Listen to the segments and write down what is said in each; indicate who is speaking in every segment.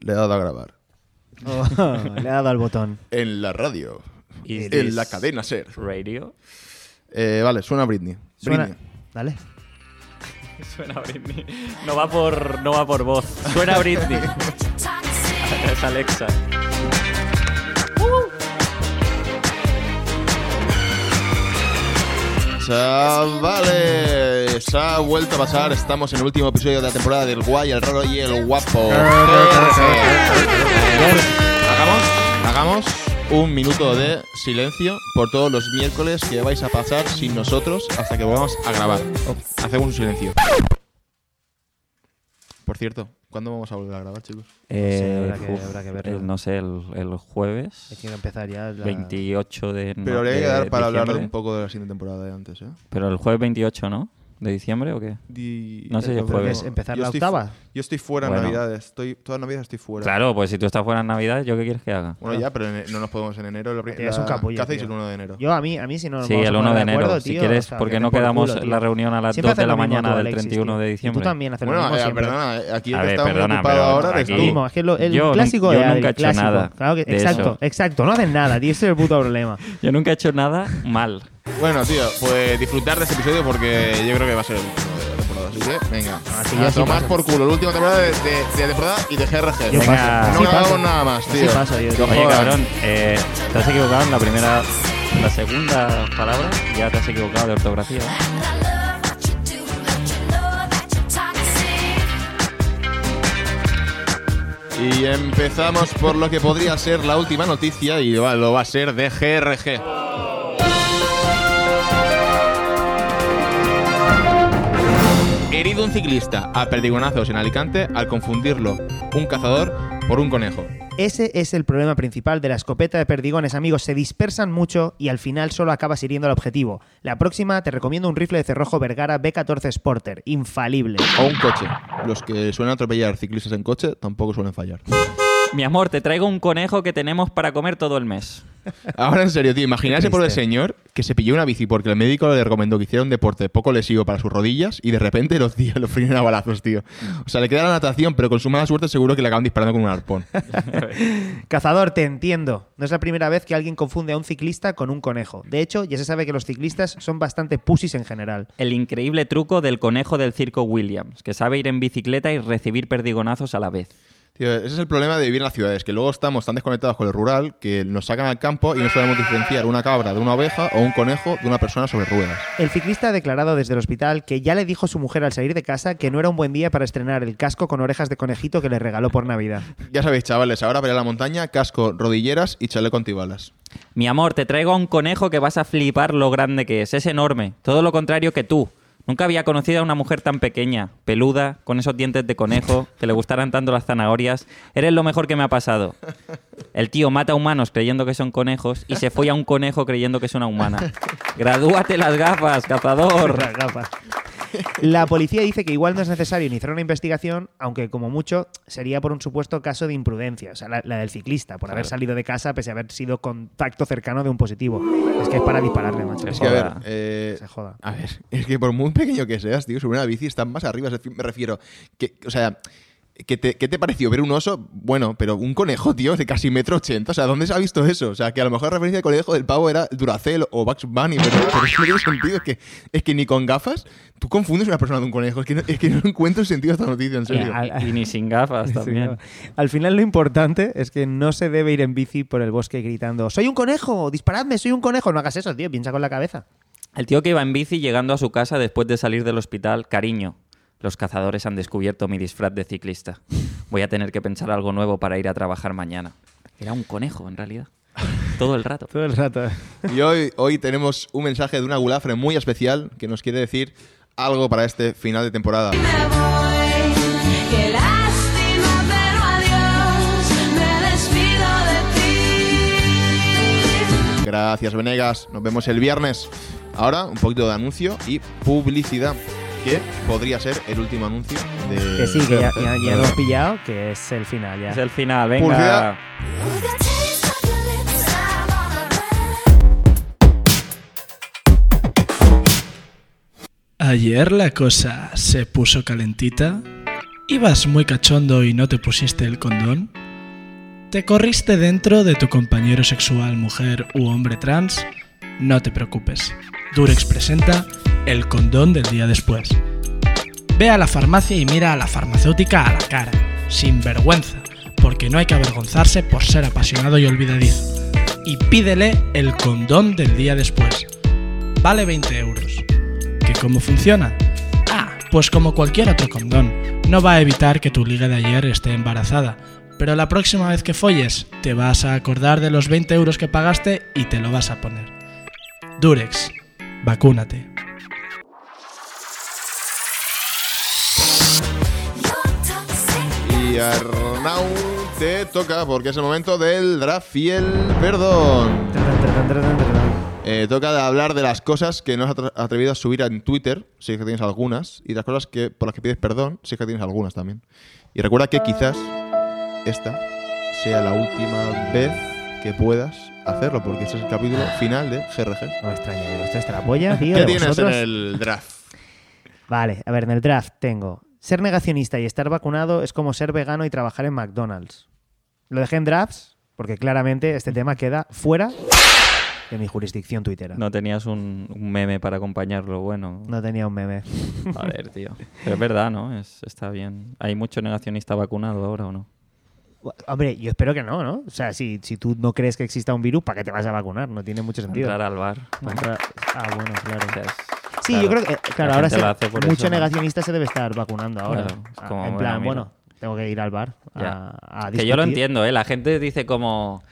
Speaker 1: Le he dado a grabar.
Speaker 2: Oh, le ha dado al botón.
Speaker 1: En la radio.
Speaker 3: Is
Speaker 1: en
Speaker 3: this
Speaker 1: la cadena ser.
Speaker 3: Radio.
Speaker 1: Eh, vale, suena Britney.
Speaker 2: Suena-
Speaker 1: Britney.
Speaker 2: Dale.
Speaker 3: Suena Britney. No va por, no va por voz. Suena Britney. es Alexa.
Speaker 1: Chavales, ha vuelto a pasar. Estamos en el último episodio de la temporada del guay, el raro y el guapo. hagamos, hagamos un minuto de silencio por todos los miércoles que vais a pasar sin nosotros hasta que volvamos a grabar. Hacemos un silencio. Por cierto, ¿cuándo vamos a volver a grabar, chicos?
Speaker 2: habrá que- habrá que verlo.
Speaker 3: Eh, el- no sé, el, el jueves
Speaker 2: Hay que empezar ya. la-
Speaker 3: 28 de no-
Speaker 1: Pero habría que
Speaker 3: de
Speaker 1: dar para hablar
Speaker 3: diciembre.
Speaker 1: un poco de la siguiente temporada de antes, ¿eh?
Speaker 3: Pero el jueves 28, ¿no? ¿De diciembre o qué? No sé si
Speaker 1: Pero
Speaker 3: el jueves.
Speaker 1: no,
Speaker 2: ¿Empezar
Speaker 1: yo
Speaker 2: la
Speaker 1: estoy
Speaker 2: octava?
Speaker 1: fu- Yo estoy fuera en
Speaker 3: Bueno.
Speaker 1: Navidades. Estoy, toda Navidad estoy fuera.
Speaker 3: Claro, pues si tú estás fuera en Navidad, ¿yo qué quieres que haga?
Speaker 1: Bueno, ya, pero en- e-, no nos podemos en enero. La, pri-
Speaker 2: Tío, es
Speaker 1: la-
Speaker 2: un capullo,
Speaker 1: ¿Qué hacéis
Speaker 2: tío.
Speaker 1: el 1 de enero?
Speaker 2: Yo a mí, a mí si no nos
Speaker 3: Sí,
Speaker 2: vamos a
Speaker 3: el
Speaker 2: poner
Speaker 3: 1 de enero.
Speaker 2: acuerdo,
Speaker 3: si
Speaker 2: tío,
Speaker 3: quieres,
Speaker 2: o sea,
Speaker 3: porque
Speaker 2: vete
Speaker 3: no
Speaker 2: por
Speaker 3: quedamos
Speaker 2: culo, tío.
Speaker 3: la reunión a las
Speaker 2: Siempre
Speaker 3: 2 de
Speaker 2: haces
Speaker 3: la
Speaker 2: lo mismo
Speaker 3: mañana
Speaker 2: tú,
Speaker 3: del
Speaker 2: Alexis, tío.
Speaker 3: 31 de
Speaker 2: Y
Speaker 3: diciembre.
Speaker 2: tú también haces lo
Speaker 1: Bueno,
Speaker 2: mismo
Speaker 1: eh,
Speaker 2: siempre.
Speaker 1: perdona, aquí
Speaker 3: A
Speaker 1: el que
Speaker 3: ver,
Speaker 1: está muy
Speaker 3: perdona,
Speaker 1: ocupado
Speaker 3: pero
Speaker 1: ahora eres
Speaker 3: aquí-
Speaker 2: Lo
Speaker 1: tú.
Speaker 2: mismo, es que lo- el
Speaker 3: Yo nu-
Speaker 2: clásico
Speaker 3: yo
Speaker 2: de Adri,
Speaker 3: nunca he hecho
Speaker 2: clásico.
Speaker 3: nada
Speaker 2: Claro que-
Speaker 3: de
Speaker 2: exacto,
Speaker 3: eso.
Speaker 2: exacto, no haces nada, tío, ese es el puto problema.
Speaker 3: Yo nunca he hecho nada mal.
Speaker 1: Bueno, tío, pues disfrutar de este episodio porque yo creo que va a ser el último de la temporada. Así que, venga.
Speaker 2: Así
Speaker 1: a
Speaker 2: ya Ah, sí
Speaker 1: tomar
Speaker 2: pasa.
Speaker 1: por culo. La última temporada de, de- de la temporada y de GRG.
Speaker 2: Yo
Speaker 1: Venga,
Speaker 3: paso.
Speaker 1: No
Speaker 3: Sí
Speaker 1: hagamos
Speaker 2: paso.
Speaker 1: nada más,
Speaker 2: Sí
Speaker 1: tío.
Speaker 2: paso yo,
Speaker 1: Que
Speaker 2: tío.
Speaker 1: os
Speaker 3: Oye,
Speaker 1: jodan.
Speaker 3: cabrón, eh, te has equivocado en la primera, en la segunda palabra, ya te has equivocado de ortografía.
Speaker 1: Y empezamos por lo que podría ser la última noticia y va- lo va a ser de GRG. Herido un ciclista a perdigonazos en Alicante al confundirlo un cazador por un conejo.
Speaker 2: Ese es el problema principal de la escopeta de perdigones, amigos. Se dispersan mucho y al final solo acabas hiriendo al objetivo. La próxima te recomiendo un rifle de cerrojo Vergara B14 Sporter. Infalible.
Speaker 1: O un coche. Los que suelen atropellar ciclistas en coche tampoco suelen fallar.
Speaker 3: Mi amor, te traigo un conejo que tenemos para comer todo el mes.
Speaker 1: Ahora en serio, tío, imaginarse
Speaker 2: Qué
Speaker 1: por el
Speaker 2: triste.
Speaker 1: señor que se pilló una bici porque el médico le recomendó que hiciera un deporte poco lesivo para sus rodillas y de repente los tíos lo frieron a balazos, tío. O sea, le queda la natación, pero con su mala suerte seguro que le acaban disparando con un arpón.
Speaker 2: Cazador, te entiendo. No es la primera vez que alguien confunde a un ciclista con un conejo. De hecho, ya se sabe que los ciclistas son bastante pusis en general.
Speaker 3: El increíble truco del conejo del circo Williams, que sabe ir en bicicleta y recibir perdigonazos a la vez.
Speaker 1: Tío, ese es el problema de vivir en las ciudades, que luego estamos tan desconectados con el rural que nos sacan al campo y no sabemos diferenciar una cabra de una oveja o un conejo de una persona sobre ruedas.
Speaker 2: El ciclista ha declarado desde el hospital que ya le dijo su mujer al salir de casa que no era un buen día para estrenar el casco con orejas de conejito que le regaló por Navidad.
Speaker 1: Ya sabéis, chavales, ahora para ir a la montaña, casco, rodilleras y chaleco antibalas.
Speaker 3: Mi amor, te traigo a un conejo que vas a flipar lo grande que es. Es enorme. Todo lo contrario que tú. Nunca había conocido a una mujer tan pequeña, peluda, con esos dientes de conejo, que le gustaran tanto las zanahorias. Eres lo mejor que me ha pasado. El tío mata humanos creyendo que son conejos y se folla a un conejo creyendo que es una humana. Gradúate las gafas, cazador.
Speaker 2: Las gafas. La policía dice que igual no es necesario iniciar una investigación, aunque como mucho sería por un supuesto caso de imprudencia, o sea, la, la del ciclista, por haber salido de casa pese a haber sido contacto cercano de un positivo. Es que es para dispararle, macho.
Speaker 3: Es
Speaker 1: Es que, a ver,
Speaker 3: Joda.
Speaker 1: eh,
Speaker 2: Se joda.
Speaker 1: a ver, es que por muy pequeño que seas, tío, sobre una bici estás más arriba, es decir, me refiero. Que, o sea, ¿qué te, qué te pareció ver un oso? Bueno, pero un conejo, tío, de casi metro ochenta. O sea, ¿dónde se ha visto eso? O sea, que a lo mejor la referencia de conejo del pavo era Duracell o Bugs Bunny, pero, pero eso no tiene sentido. Es que, es que ni con gafas tú confundes a una persona de un conejo. Es que no, es que no encuentro sentido a esta noticia, en serio.
Speaker 3: Y, y ni sin gafas también.
Speaker 2: Al final lo importante es que no se debe ir en bici por el bosque gritando ¡Soy un conejo! ¡Disparadme! ¡Soy un conejo! No hagas eso, tío. Piensa con la cabeza.
Speaker 3: El tío que iba en bici llegando a su casa después de salir del hospital, cariño, los cazadores han descubierto mi disfraz de ciclista. Voy a tener que pensar algo nuevo para ir a trabajar mañana. Era un conejo, en realidad. Todo el rato.
Speaker 2: Todo el rato.
Speaker 1: Y hoy, hoy tenemos un mensaje de una gulafre muy especial que nos quiere decir algo para este final de temporada.
Speaker 4: Me voy, qué lástima, pero adiós, me despido de ti.
Speaker 1: Gracias, Venegas. Nos vemos el viernes. Ahora, un poquito de anuncio y publicidad, que podría ser el último anuncio de.
Speaker 2: Que sí, que ya, ya- ya lo has pillado, que es el final ya.
Speaker 3: Es el final, venga.
Speaker 1: Publicidad.
Speaker 4: With the taste of your lips, I wanna run.
Speaker 5: Ayer la cosa se puso calentita ¿Ibas muy cachondo y no te pusiste el condón? ¿Te corriste dentro de tu compañero sexual, mujer u hombre trans? No te preocupes. Durex presenta el condón del día después. Ve a la farmacia y mira a la farmacéutica a la cara, sin vergüenza, porque no hay que avergonzarse por ser apasionado y olvidadizo. Y pídele el condón del día después. Vale 20 euros. ¿Que cómo funciona? Ah, pues como cualquier otro condón, no va a evitar que tu liga de ayer esté embarazada, pero la próxima vez que folles te vas a acordar de los 20 euros que pagaste y te lo vas a poner. Durex, vacúnate.
Speaker 1: Y Arnau te toca porque es el momento del draft fiel perdón. Eh, toca de hablar de las cosas que no has atra- atrevido a subir en Twitter, si es que tienes algunas, y las cosas que, por las que pides perdón, si es que tienes algunas también. Y recuerda que quizás esta sea la última vez que puedas hacerlo, porque este es el capítulo final de GRG.
Speaker 2: No me extraña, digo, esto es la polla, tío.
Speaker 1: ¿Qué
Speaker 2: de
Speaker 1: tienes en
Speaker 2: vosotros.
Speaker 1: el draft?
Speaker 2: Vale, a ver, en el draft tengo. Ser negacionista y estar vacunado es como ser vegano y trabajar en McDonald's. Lo dejé en drafts porque claramente este tema queda fuera de mi jurisdicción tuitera. No,
Speaker 3: No tenías un, un meme para acompañarlo, bueno.
Speaker 2: tenía un meme.
Speaker 3: Joder, tío. Pero es verdad, ¿no? Es- está bien. ¿Hay mucho negacionista vacunado ahora o no?
Speaker 2: Hombre, yo espero que no, ¿no? O sea, si, si tú no crees que exista un virus, ¿para qué te vas a vacunar? No tiene mucho sentido.
Speaker 3: Entrar al bar.
Speaker 2: Para entrar- Ah, bueno, claro.
Speaker 3: O sea, es-
Speaker 2: Sí,
Speaker 3: claro,
Speaker 2: yo creo que, eh, claro,
Speaker 3: la
Speaker 2: ahora
Speaker 3: gente
Speaker 2: se-
Speaker 3: lo hace por
Speaker 2: mucho
Speaker 3: eso, ¿no?
Speaker 2: negacionista se debe estar vacunando ahora.
Speaker 3: Claro, es
Speaker 2: Ah,
Speaker 3: como,
Speaker 2: en
Speaker 3: bueno,
Speaker 2: plan,
Speaker 3: mira.
Speaker 2: bueno, tengo que ir al bar a-
Speaker 3: Ya.
Speaker 2: a
Speaker 3: Que yo lo
Speaker 2: discutir.
Speaker 3: entiendo, ¿eh? La gente dice como...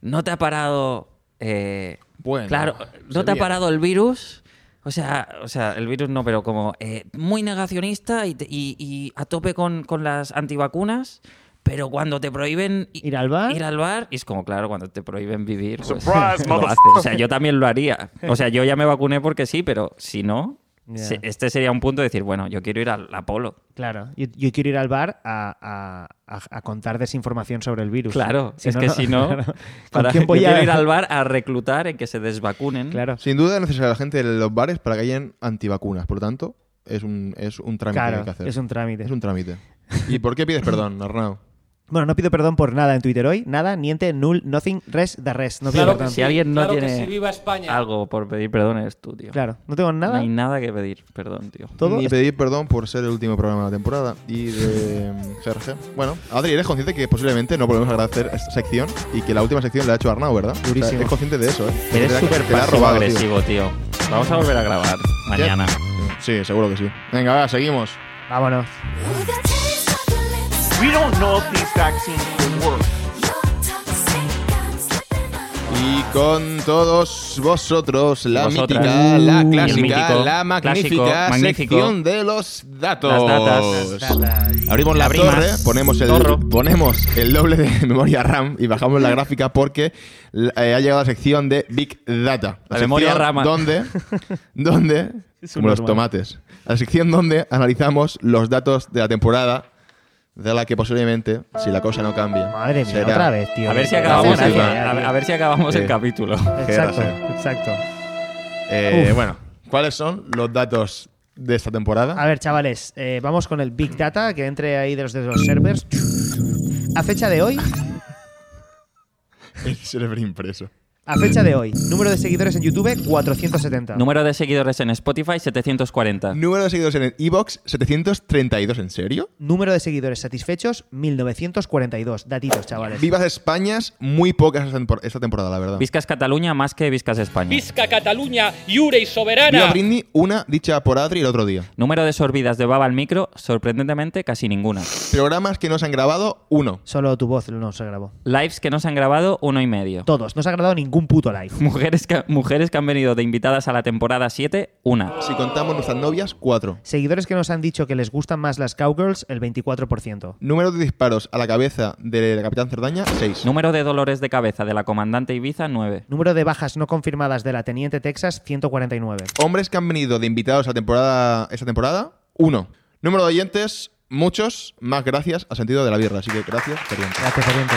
Speaker 3: No te ha parado... eh,
Speaker 1: Bueno,
Speaker 3: claro, no te ha
Speaker 1: sería.
Speaker 3: parado el virus. O sea, o sea, el virus no, pero como eh, muy negacionista y, te- y- y a tope con, con las antivacunas, pero cuando te prohíben i-
Speaker 2: Ir al bar.
Speaker 3: ir al bar, y es como, claro, cuando te prohíben vivir, pues, lo haces. O sea, yo también lo haría. O sea, yo ya me vacuné porque sí, pero si no,
Speaker 2: Ya.
Speaker 3: se- este sería un punto de decir, bueno, yo quiero ir al Apolo.
Speaker 2: Claro, yo, yo quiero ir al bar a, a- a- a contar desinformación sobre el virus.
Speaker 3: Claro,
Speaker 2: Si
Speaker 3: es
Speaker 2: no,
Speaker 3: que
Speaker 2: no-
Speaker 3: si no,
Speaker 2: claro. ¿Con
Speaker 3: para,
Speaker 2: quién
Speaker 3: yo
Speaker 2: voy a-
Speaker 3: quiero ir al bar a reclutar en que se desvacunen.
Speaker 2: Claro.
Speaker 1: Sin duda es necesaria la gente de los bares para que hayan antivacunas, por lo tanto, es un, es un trámite que hay
Speaker 2: Claro,
Speaker 1: que hacer.
Speaker 2: es un trámite.
Speaker 1: Es un trámite. ¿Y por qué pides perdón, Arnau?
Speaker 2: Bueno, no pido perdón por nada en Twitter hoy. Nada, niente, null, nothing, res, de res. No pido
Speaker 3: Claro que
Speaker 2: perdón.
Speaker 3: si alguien no
Speaker 6: claro que
Speaker 3: tiene
Speaker 6: sí, viva España.
Speaker 3: algo por pedir perdón eres tú, tío.
Speaker 2: Claro, no tengo
Speaker 3: No
Speaker 2: nada.
Speaker 3: hay nada que pedir perdón, tío.
Speaker 2: Todo
Speaker 1: Ni
Speaker 2: es-
Speaker 1: pedir perdón por ser el último programa de la temporada y de mm, GRG. Bueno, Adri, eres consciente que posiblemente no volvemos a agradecer esta sección y que la última sección la ha hecho Arnau, ¿verdad?
Speaker 2: Durísimo.
Speaker 1: es consciente de eso, ¿eh? Te
Speaker 3: Eres
Speaker 1: la-
Speaker 3: súper
Speaker 1: te la ha robado, tío.
Speaker 3: agresivo, tío. Vamos a volver a grabar mañana.
Speaker 1: Sí, seguro que sí. Venga, va, seguimos.
Speaker 2: Vámonos.
Speaker 7: We don't know if these vaccines will work.
Speaker 1: Y con todos vosotros, la
Speaker 3: Vosotras.
Speaker 1: mítica, la
Speaker 3: Uh, el
Speaker 1: clásica,
Speaker 3: mítico,
Speaker 1: la magnífica
Speaker 3: clásico, magnífico.
Speaker 1: sección de los datos.
Speaker 3: Las
Speaker 1: Pues,
Speaker 3: datas.
Speaker 2: Las datas.
Speaker 1: Abrimos la
Speaker 3: Abrimos.
Speaker 1: torre, ponemos
Speaker 3: Torro.
Speaker 1: el, ponemos el doble de memoria RAM y bajamos la gráfica porque eh, ha llegado la sección de Big Data.
Speaker 3: La memoria
Speaker 1: sección
Speaker 3: rama.
Speaker 1: Donde, donde
Speaker 2: Es un
Speaker 1: como los
Speaker 2: normal.
Speaker 1: tomates. La sección donde analizamos los datos de la temporada de la que posiblemente, si la cosa no cambia,
Speaker 2: Madre mía,
Speaker 1: será-
Speaker 2: otra vez, tío.
Speaker 3: A ver si
Speaker 2: Qué
Speaker 3: acabamos,
Speaker 1: Gracias,
Speaker 2: gracia,
Speaker 3: aquí,
Speaker 1: Iván.
Speaker 2: ya,
Speaker 3: a,
Speaker 2: tío.
Speaker 3: a ver si acabamos
Speaker 1: Sí.
Speaker 3: el capítulo.
Speaker 2: Exacto,
Speaker 1: gracia.
Speaker 2: exacto.
Speaker 1: Eh,
Speaker 2: Uf.
Speaker 1: bueno, ¿cuáles son los datos de esta temporada?
Speaker 2: A ver, chavales, eh, vamos con el Big Data que entre ahí de los, de los servers. A fecha de hoy,
Speaker 1: El server impreso.
Speaker 2: a fecha de hoy, número de seguidores en YouTube 470.
Speaker 3: Número de seguidores en Spotify, 740.
Speaker 1: Número de seguidores en Evox, 732. ¿En serio?
Speaker 2: Número de seguidores satisfechos 1942. Datitos, chavales.
Speaker 1: Vivas Españas, muy pocas esta tempor- esta temporada, la verdad.
Speaker 3: Viscas Cataluña más que Viscas España.
Speaker 6: Visca, Cataluña, Iure y
Speaker 1: Viva
Speaker 6: soberana.
Speaker 1: Britney, una dicha por Adri el otro día.
Speaker 3: Número de sorbidas de baba al micro, sorprendentemente casi ninguna.
Speaker 1: Programas que no se han grabado, uno.
Speaker 2: Solo tu voz no se grabó.
Speaker 3: Lives que no se han grabado, uno y medio.
Speaker 2: Todos, no se ha grabado ningún puto live.
Speaker 3: Mujeres que, mujeres que han venido de invitadas a la temporada 7, una.
Speaker 1: Si contamos nuestras novias, cuatro.
Speaker 2: Seguidores que nos han dicho que les gustan más las cowgirls, el 24%.
Speaker 1: Número de disparos a la cabeza de la Capitán Cerdaña, seis.
Speaker 3: Número de dolores de cabeza de la comandante Ibiza, 9.
Speaker 2: Número de bajas no confirmadas de la Teniente Texas, 149.
Speaker 1: Hombres que han venido de invitados a temporada, esta temporada, uno. Número de oyentes, muchos. Más gracias al sentido de la birra. Así que gracias, perdón.
Speaker 2: Gracias, Oriente.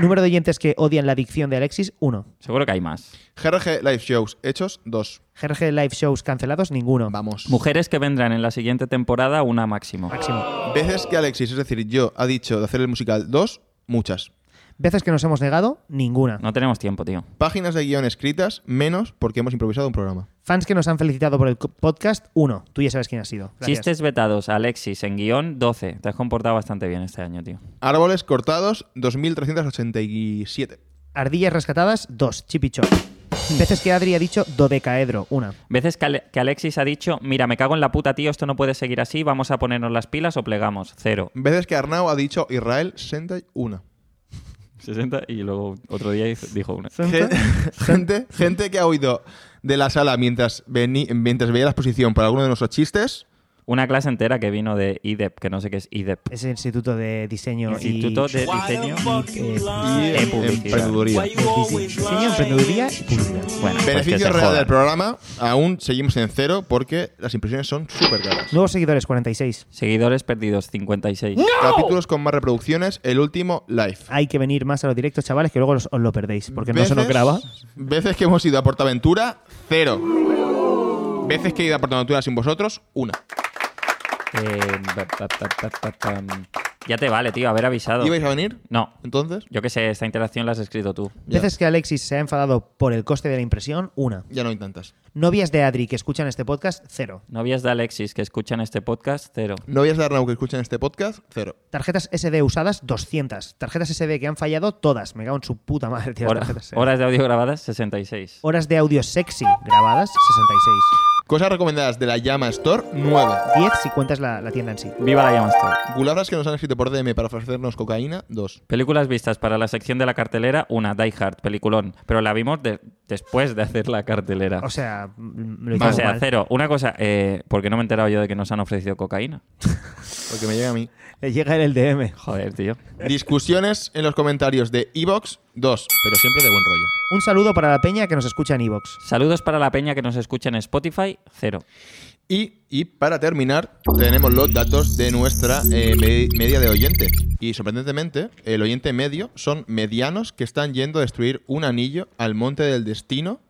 Speaker 2: Número de oyentes que odian la adicción de Alexis, uno.
Speaker 3: Seguro que hay más.
Speaker 1: GRG Live Shows hechos, dos.
Speaker 2: GRG Live Shows cancelados, ninguno.
Speaker 1: Vamos.
Speaker 3: Mujeres que vendrán en la siguiente temporada, una máximo.
Speaker 2: Máximo.
Speaker 1: Veces que Alexis, es decir, yo, ha dicho de hacer el musical, dos, muchas.
Speaker 2: Veces que nos hemos negado, ninguna.
Speaker 3: No tenemos tiempo, tío.
Speaker 1: Páginas de guión escritas, menos porque hemos improvisado un programa.
Speaker 2: Fans que nos han felicitado por el co- podcast, uno. Tú ya sabes quién ha sido. Gracias.
Speaker 3: Chistes vetados, Alexis, en guión 12. Te has comportado bastante bien este año, tío.
Speaker 1: Árboles cortados, 2387.
Speaker 2: Ardillas rescatadas, dos. Chipicho.
Speaker 3: Hmm.
Speaker 2: Veces que Adri ha dicho dodecaedro, una.
Speaker 3: Veces que, Ale- que Alexis ha dicho, mira, me cago en la puta, tío, esto no puede seguir así, vamos a ponernos las pilas o plegamos. Cero.
Speaker 1: Veces que Arnau ha dicho Israel, 61.
Speaker 3: 60 y luego otro día hizo- dijo una.
Speaker 1: Gen- Gente, gente que ha oído de la sala mientras, veni- mientras veía la exposición por alguno de nuestros chistes.
Speaker 3: Una clase entera que vino de IDEP, que no sé qué es E IDEP.
Speaker 2: Es el Instituto de Diseño
Speaker 3: Instituto
Speaker 2: y...
Speaker 3: de Diseño
Speaker 2: eh,
Speaker 1: Y
Speaker 3: en publicidad.
Speaker 1: emprendeduría.
Speaker 2: Diseño, emprendeduría y publicidad.
Speaker 3: Bueno, pues que
Speaker 1: Beneficio
Speaker 3: se
Speaker 1: real
Speaker 3: jodan.
Speaker 1: del programa, aún seguimos en cero porque las impresiones son súper caras.
Speaker 2: Nuevos seguidores, 46.
Speaker 3: Seguidores perdidos, 56.
Speaker 1: Capítulos con más reproducciones, el último live.
Speaker 2: Hay que venir más a los directos, chavales, que luego los- os lo perdéis, porque no se nos
Speaker 1: Veces-
Speaker 2: graba.
Speaker 1: Veces que hemos ido a Portaventura, cero. Veces que he ido a Portaventura sin vosotros, una.
Speaker 3: Eh, pa, pa, pa, pa, pa, pam. ya te vale, tío, haber avisado.
Speaker 1: ¿Ibais a venir?
Speaker 3: No,
Speaker 1: Entonces,
Speaker 3: yo qué sé, esta interacción la has escrito tú.
Speaker 1: Ya.
Speaker 2: Veces que Alexis se ha enfadado por el coste de la impresión, una.
Speaker 1: ya no hay tantas.
Speaker 2: Novias de Adri que escuchan este podcast, cero.
Speaker 3: Novias de Alexis que escuchan este podcast, cero.
Speaker 1: Novias de Arnau que escuchan este podcast, cero.
Speaker 2: Tarjetas SD usadas, 200. Tarjetas SD que han fallado, todas. Me cago en su puta madre, tío, las
Speaker 3: Hora-
Speaker 2: tarjetas SD.
Speaker 3: horas de audio grabadas, 66.
Speaker 2: Horas de audio sexy grabadas, 66.
Speaker 1: Cosas recomendadas de la Llama Store, nueve.
Speaker 2: 10 si cuentas la, la tienda en sí.
Speaker 3: Viva la Llamastar.
Speaker 1: Gulabras que nos han escrito por DM para ofrecernos cocaína, dos.
Speaker 3: Películas vistas para la sección de la cartelera, una, Die Hard, peliculón. Pero la vimos de- después de hacer la cartelera.
Speaker 2: O sea, mm, lo
Speaker 3: O
Speaker 2: hicimos
Speaker 3: sea,
Speaker 2: mal.
Speaker 3: cero. Una cosa, eh, porque no me he enterado yo de que nos han ofrecido cocaína.
Speaker 1: Porque me llega a mí.
Speaker 2: Le llega en el DM.
Speaker 3: Joder, tío.
Speaker 1: Discusiones en los comentarios de Evox, dos. Pero siempre de buen rollo.
Speaker 2: Un saludo para la peña que nos escucha en Evox.
Speaker 3: Saludos para la peña que nos escucha en Spotify, cero.
Speaker 1: Y, y para terminar, tenemos los datos de nuestra eh, me- media de oyentes. Y sorprendentemente, el oyente medio son medianos que están yendo a destruir un anillo al monte del destino,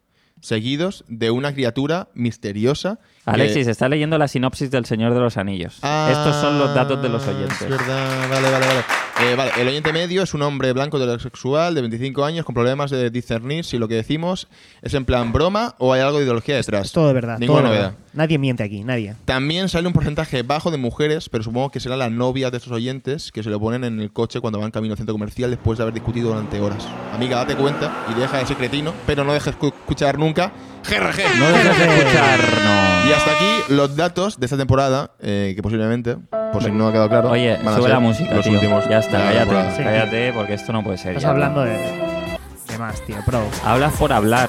Speaker 1: seguidos de una criatura misteriosa. que-
Speaker 3: Alexis, está leyendo la sinopsis del Señor de los Anillos.
Speaker 1: Ah,
Speaker 3: Estos son los datos de los
Speaker 1: Es
Speaker 3: oyentes.
Speaker 1: verdad, vale, vale, vale. Eh, vale, el oyente medio es un hombre blanco heterosexual de 25 años con problemas de discernir si lo que decimos es en plan broma o hay algo de ideología detrás.
Speaker 2: Es todo de verdad.
Speaker 1: Ninguna
Speaker 2: todo de
Speaker 1: novedad.
Speaker 2: verdad. Nadie miente aquí, nadie.
Speaker 1: También sale un porcentaje bajo de mujeres, pero supongo que será la novia de estos oyentes que se lo ponen en el coche cuando van camino al centro comercial después de haber discutido durante horas. Amiga, date cuenta y deja de ser cretino, pero no dejes cu- escuchar nunca.
Speaker 3: No dejes de
Speaker 1: Y
Speaker 3: escucharnos.
Speaker 1: hasta aquí los datos de esta temporada, eh, que posiblemente, por si no ha quedado claro,
Speaker 3: Oye,
Speaker 1: van a
Speaker 3: sube
Speaker 1: ser
Speaker 3: la música,
Speaker 1: los
Speaker 3: tío.
Speaker 1: últimos
Speaker 3: ya
Speaker 1: de
Speaker 3: está,
Speaker 1: la temporada.
Speaker 3: cállate,
Speaker 2: Sí.
Speaker 3: cállate, porque esto no puede ser.
Speaker 2: Estás
Speaker 3: ya.
Speaker 2: hablando de, de más, tío, pro.
Speaker 3: Hablas por hablar.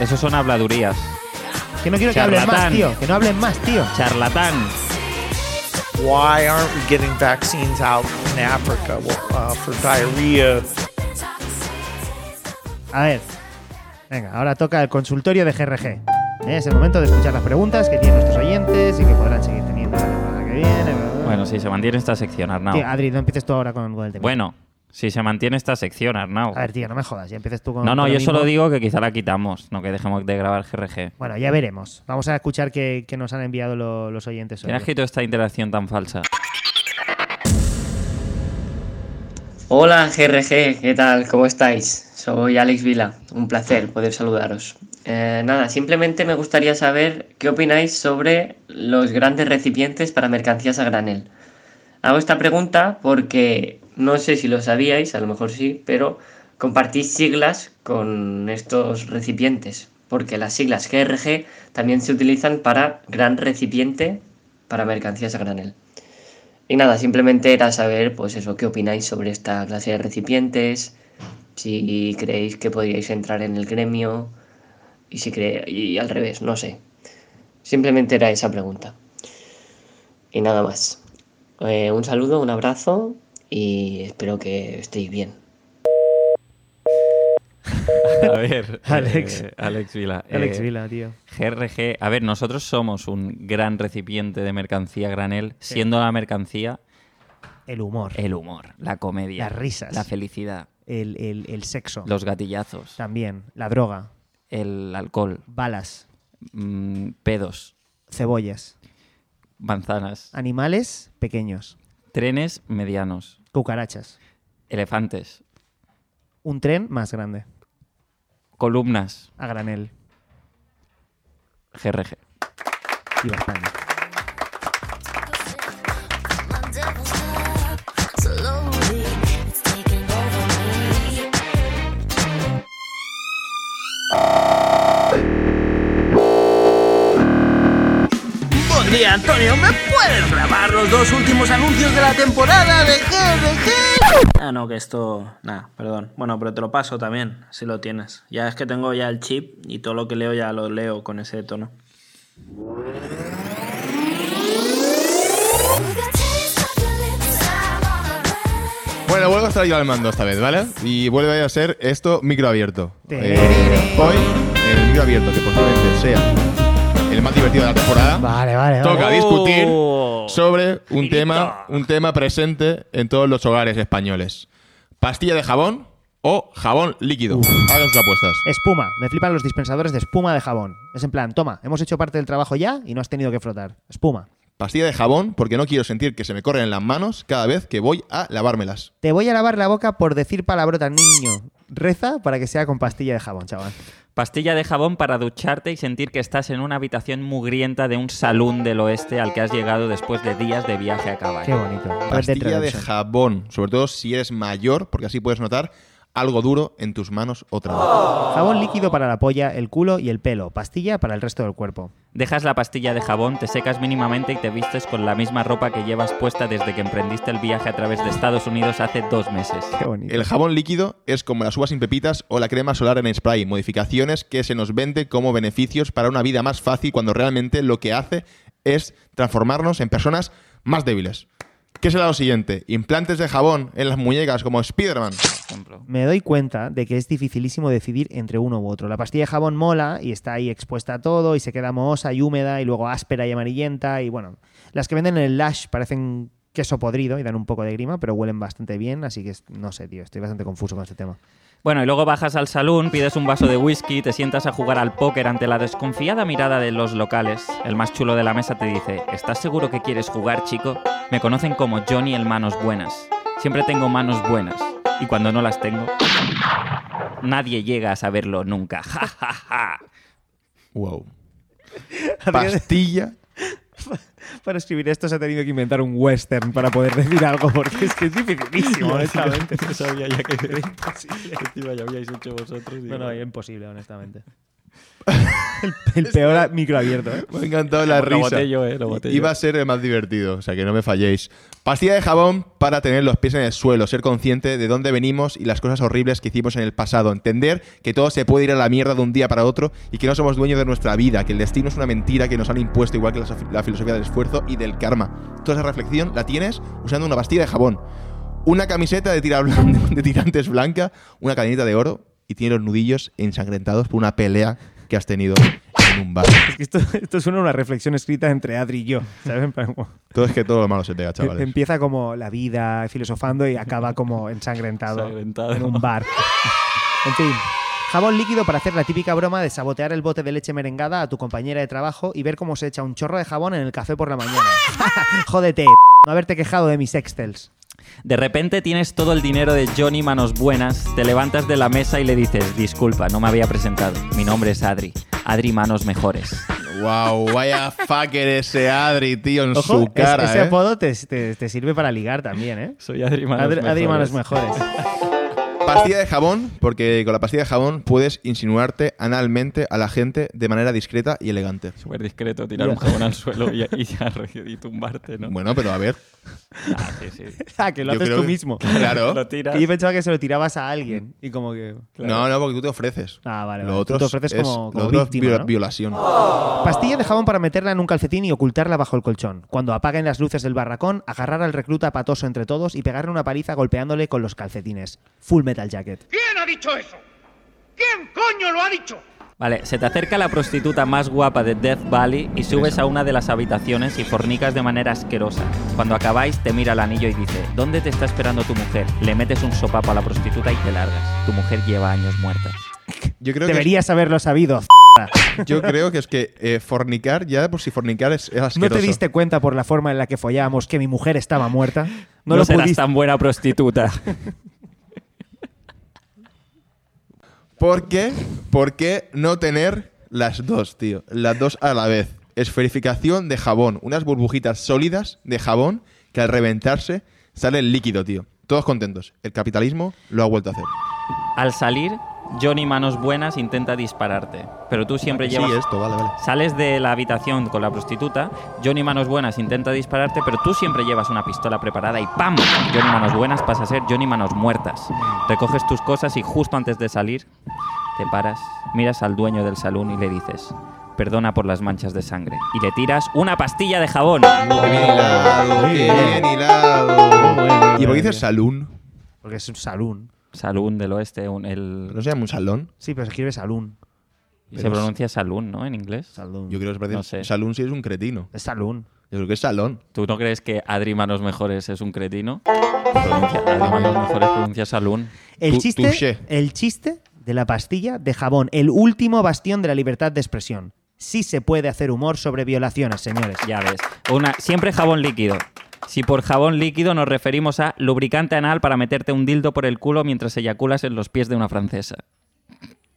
Speaker 3: Eso son habladurías.
Speaker 2: Que no quiero que hables más,
Speaker 3: Charlatán.
Speaker 2: tío. Que no hables más, tío.
Speaker 3: Charlatán.
Speaker 7: Why aren't we getting vaccines out in Africa uh, for diarrhea?
Speaker 2: A ver. Venga, ahora toca el consultorio de GRG. ¿Eh? Es el momento de escuchar las preguntas que tienen nuestros oyentes y que podrán seguir teniendo la temporada que viene.
Speaker 3: Bueno, si se mantiene esta sección, Arnau.
Speaker 2: Tío, Adri, no empieces tú ahora con, con el tema.
Speaker 3: Bueno, si se mantiene esta sección, Arnau.
Speaker 2: A ver, tío, no me jodas. Ya empieces tú con.
Speaker 3: No, no,
Speaker 2: con lo
Speaker 3: yo solo
Speaker 2: mismo.
Speaker 3: digo que quizá la quitamos, no que dejemos de grabar GRG.
Speaker 2: Bueno, ya veremos. Vamos a escuchar qué, qué nos han enviado lo- los oyentes hoy.
Speaker 3: ¿Quién ha escrito esta interacción tan falsa?
Speaker 8: Hola GRG, ¿qué tal? ¿Cómo estáis? Soy Alex Vila, un placer poder saludaros. Eh, nada, simplemente me gustaría saber qué opináis sobre los grandes recipientes para mercancías a granel. Hago esta pregunta porque no sé si lo sabíais, a lo mejor sí, pero compartís siglas con estos recipientes, porque las siglas GRG también se utilizan para gran recipiente para mercancías a granel. Y nada, simplemente era saber, pues eso, qué opináis sobre esta clase de recipientes, si creéis que podríais entrar en el gremio, y si cre- y al revés, no sé. Simplemente era esa pregunta. Y nada más. Eh, un saludo, un abrazo, y espero que estéis bien.
Speaker 3: A ver,
Speaker 2: Alex.
Speaker 3: eh, Alex Vila.
Speaker 2: Alex
Speaker 3: eh,
Speaker 2: Vila, tío.
Speaker 3: GRG, a ver, nosotros somos un gran recipiente de mercancía granel, siendo la mercancía
Speaker 2: El humor.
Speaker 3: Eh, el humor, la comedia,
Speaker 2: Las risas.
Speaker 3: la felicidad,
Speaker 2: el, el- el sexo,
Speaker 3: Los gatillazos,
Speaker 2: también, la droga,
Speaker 3: el alcohol,
Speaker 2: balas,
Speaker 3: mm, pedos,
Speaker 2: cebollas,
Speaker 3: manzanas,
Speaker 2: animales pequeños,
Speaker 3: trenes medianos,
Speaker 2: cucarachas,
Speaker 3: elefantes,
Speaker 2: un tren más grande,
Speaker 3: columnas,
Speaker 2: a granel
Speaker 3: GRG.
Speaker 2: y bastante.
Speaker 9: Podría, Antonio, ¿me puedes grabar los dos últimos anuncios de la temporada de GDG? Ah, no, que esto. Nada, perdón. Bueno, pero te lo paso también, si lo tienes. Ya es que tengo ya el chip y todo lo que leo ya lo leo con ese tono.
Speaker 1: Bueno, vuelvo a estar yo al mando esta vez, ¿vale? Y vuelve a ser esto microabierto.
Speaker 2: Te-
Speaker 1: Eh, hoy, el microabierto, que posiblemente sea el más divertido de la temporada,
Speaker 2: Vale, vale, vale.
Speaker 1: toca discutir
Speaker 3: Oh.
Speaker 1: sobre un tema, un tema presente en todos los hogares españoles. Pastilla de jabón o jabón líquido. Hagan sus apuestas.
Speaker 2: Espuma. Me flipan los dispensadores de espuma de jabón. Es en plan, toma, hemos hecho parte del trabajo ya y no has tenido que frotar. Espuma.
Speaker 1: Pastilla de jabón porque no quiero sentir que se me corren las manos cada vez que voy a lavármelas.
Speaker 2: Te voy a lavar la boca por decir palabrota, niño. Reza para que sea con pastilla de jabón, chaval.
Speaker 3: Pastilla de jabón para ducharte y sentir que estás en una habitación mugrienta de un salón del oeste al que has llegado después de días de viaje a
Speaker 2: Qué
Speaker 3: caballo.
Speaker 2: bonito. Pues Red Dead
Speaker 1: Pastilla de
Speaker 2: Redemption.
Speaker 1: jabón, sobre todo si eres mayor, porque así puedes notar algo duro en tus manos otra vez.
Speaker 2: Jabón líquido para la polla, el culo y el pelo. Pastilla para el resto del cuerpo.
Speaker 3: Dejas la pastilla de jabón, te secas mínimamente y te vistes con la misma ropa que llevas puesta desde que emprendiste el viaje a través de Estados Unidos hace dos meses.
Speaker 2: Qué bonito.
Speaker 1: El jabón líquido es como las uvas sin pepitas o la crema solar en spray, modificaciones que se nos vende como beneficios para una vida más fácil cuando realmente lo que hace es transformarnos en personas más débiles. ¿Qué será lo siguiente? Implantes de jabón en las muñecas como Spider-Man.
Speaker 3: Por ejemplo.
Speaker 2: Me doy cuenta de que es dificilísimo decidir entre uno u otro. La pastilla de jabón mola y está ahí expuesta a todo y se queda mohosa y húmeda y luego áspera y amarillenta y bueno. Las que venden en el Lash parecen queso podrido y dan un poco de grima, pero huelen bastante bien, así que es- no sé, tío, estoy bastante confuso con este tema.
Speaker 3: Bueno, y luego bajas al salón, pides un vaso de whisky, te sientas a jugar al póker ante la desconfiada mirada de los locales. El más chulo de la mesa te dice, ¿estás seguro que quieres jugar, chico? Me conocen como Johnny el Manos Buenas. Siempre tengo manos buenas. Y cuando no las tengo, nadie llega a saberlo nunca. Ja, ja, ja.
Speaker 1: Wow. Pastilla
Speaker 2: Para escribir esto se ha tenido que inventar un western para poder decir algo, porque es que es dificilísimo, honestamente.
Speaker 9: No sabía ya que era imposible. Encima ya habíais hecho vosotros. digo,
Speaker 2: es imposible, honestamente. el, el peor microabierto, ¿eh?
Speaker 1: Me ha encantado la
Speaker 9: Lo
Speaker 1: risa.
Speaker 9: boté yo, eh, lo boté
Speaker 1: Iba
Speaker 9: yo.
Speaker 1: a ser el más divertido, o sea que no me falléis. Pastilla de jabón para tener los pies en el suelo, ser consciente de dónde venimos y las cosas horribles que hicimos en el pasado. Entender que todo se puede ir a la mierda de un día para otro y que no somos dueños de nuestra vida, que el destino es una mentira que nos han impuesto, igual que la, sof- la filosofía del esfuerzo y del karma. Toda esa reflexión la tienes usando una pastilla de jabón, una camiseta de, tira blan- de tirantes blanca, una cadenita de oro y tiene los nudillos ensangrentados por una pelea que has tenido en un bar.
Speaker 2: Es que esto, esto suena a una reflexión escrita entre Adri y yo, ¿sabes? En plan, como-
Speaker 1: Todo es que todo lo malo se te da,
Speaker 2: Em,
Speaker 1: chavales.
Speaker 2: Empieza como la vida filosofando y acaba como ensangrentado,
Speaker 9: Ensangrentado.
Speaker 2: en un bar. En fin. Jabón líquido para hacer la típica broma de sabotear el bote de leche merengada a tu compañera de trabajo y ver cómo se echa un chorro de jabón en el café por la mañana. Jódete, no haberte quejado de mis sextels.
Speaker 3: De repente tienes todo el dinero de Johnny Manos Buenas, te levantas de la mesa y le dices, disculpa, no me había presentado. Mi nombre es Adri. Adri Manos Mejores.
Speaker 1: Wow, vaya fucker ese Adri, tío, en
Speaker 2: Ojo,
Speaker 1: su
Speaker 2: es-
Speaker 1: cara.
Speaker 2: ese
Speaker 1: ¿eh?
Speaker 2: apodo te, te- te sirve para ligar también, ¿eh?
Speaker 9: Soy Adri Manos
Speaker 2: Adri, Adri Manos
Speaker 9: Mejores.
Speaker 2: mejores.
Speaker 1: Pastilla de jabón, porque con la pastilla de jabón puedes insinuarte analmente a la gente de manera discreta y elegante.
Speaker 9: Súper discreto, tirar un
Speaker 2: Mira.
Speaker 9: jabón al suelo y, y ya y tumbarte, ¿no?
Speaker 1: Bueno, pero a ver.
Speaker 9: Ah, sí, sí.
Speaker 2: Ah, que lo
Speaker 1: yo
Speaker 2: haces
Speaker 1: creo
Speaker 2: tú
Speaker 1: que-
Speaker 2: mismo.
Speaker 9: Lo
Speaker 1: Claro.
Speaker 9: tiras.
Speaker 2: Que yo pensaba que se lo tirabas a alguien y como que...
Speaker 1: No, no, porque tú te ofreces.
Speaker 2: Ah, vale,
Speaker 1: Lo
Speaker 2: vale.
Speaker 1: otro
Speaker 2: Tú te ofreces
Speaker 1: es-
Speaker 2: como- como
Speaker 1: lo otro es
Speaker 2: víctima,
Speaker 1: viola-
Speaker 2: ¿no? Oh,
Speaker 1: violación.
Speaker 2: Pastilla de jabón para meterla en un calcetín y ocultarla bajo el colchón. Cuando apaguen las luces del barracón, agarrar al recluta patoso entre todos y pegarle una paliza golpeándole con los calcetines. Full Metal Jacket.
Speaker 10: ¿Quién ha dicho eso? ¿Quién coño lo ha dicho?
Speaker 3: Vale, se te acerca la prostituta más guapa de Death Valley y subes a una de las habitaciones y fornicas de manera asquerosa. Cuando acabáis, te mira el anillo y dice, ¿dónde te está esperando tu mujer? Le metes un sopapo a la prostituta y te largas. Tu mujer lleva años muerta.
Speaker 1: Yo creo que
Speaker 2: Deberías haberlo sabido.
Speaker 1: es, yo creo que es que eh, fornicar, ya por si fornicar es, es
Speaker 2: ¿No
Speaker 1: asqueroso.
Speaker 2: te diste cuenta por la forma en la que follábamos que mi mujer estaba muerta? No,
Speaker 3: No,
Speaker 2: lo
Speaker 3: serás
Speaker 2: pudiste.
Speaker 3: tan buena prostituta.
Speaker 1: ¿Por qué? ¿Por qué no tener las dos, tío? Las dos a la vez. Esferificación de jabón. Unas burbujitas sólidas de jabón que al reventarse sale el líquido, tío. Todos contentos. El capitalismo lo ha vuelto a hacer.
Speaker 3: Al salir, Johnny Manos Buenas intenta dispararte, pero tú siempre
Speaker 1: Sí,
Speaker 3: llevas...
Speaker 1: esto, vale, vale.
Speaker 3: Sales de la habitación con la prostituta, Johnny Manos Buenas intenta dispararte, pero tú siempre llevas una pistola preparada y ¡pam! Johnny Manos Buenas pasa a ser Johnny Manos Muertas. Recoges tus cosas y justo antes de salir, te paras, miras al dueño del salón y le dices, perdona por las manchas de sangre, y le tiras una pastilla de jabón.
Speaker 1: Qué bien hilado, qué bien hilado. ¿Y por qué dices salón?
Speaker 2: Porque es un salón.
Speaker 3: Salón del oeste, un- el-
Speaker 1: ¿No se llama un salón?
Speaker 2: Sí, pero se escribe salón.
Speaker 3: se pronuncia salón, ¿no? En inglés.
Speaker 2: Salón.
Speaker 1: Yo creo que se parece.
Speaker 3: No sé.
Speaker 1: Salón si es un cretino.
Speaker 2: Es salón.
Speaker 1: Yo creo que es salón.
Speaker 3: ¿Tú no crees que Adri Manos Mejores es un cretino? Pronuncia, Adri Manos Mejores pronuncia salón.
Speaker 2: El
Speaker 1: Tu-
Speaker 2: chiste,
Speaker 1: touché.
Speaker 2: el chiste de la pastilla de jabón, el último bastión de la libertad de expresión. Sí se puede hacer humor sobre violaciones, señores.
Speaker 3: Ya ves. Una, siempre jabón líquido. Si por jabón líquido nos referimos a lubricante anal para meterte un dildo por el culo mientras eyaculas en los pies de una francesa.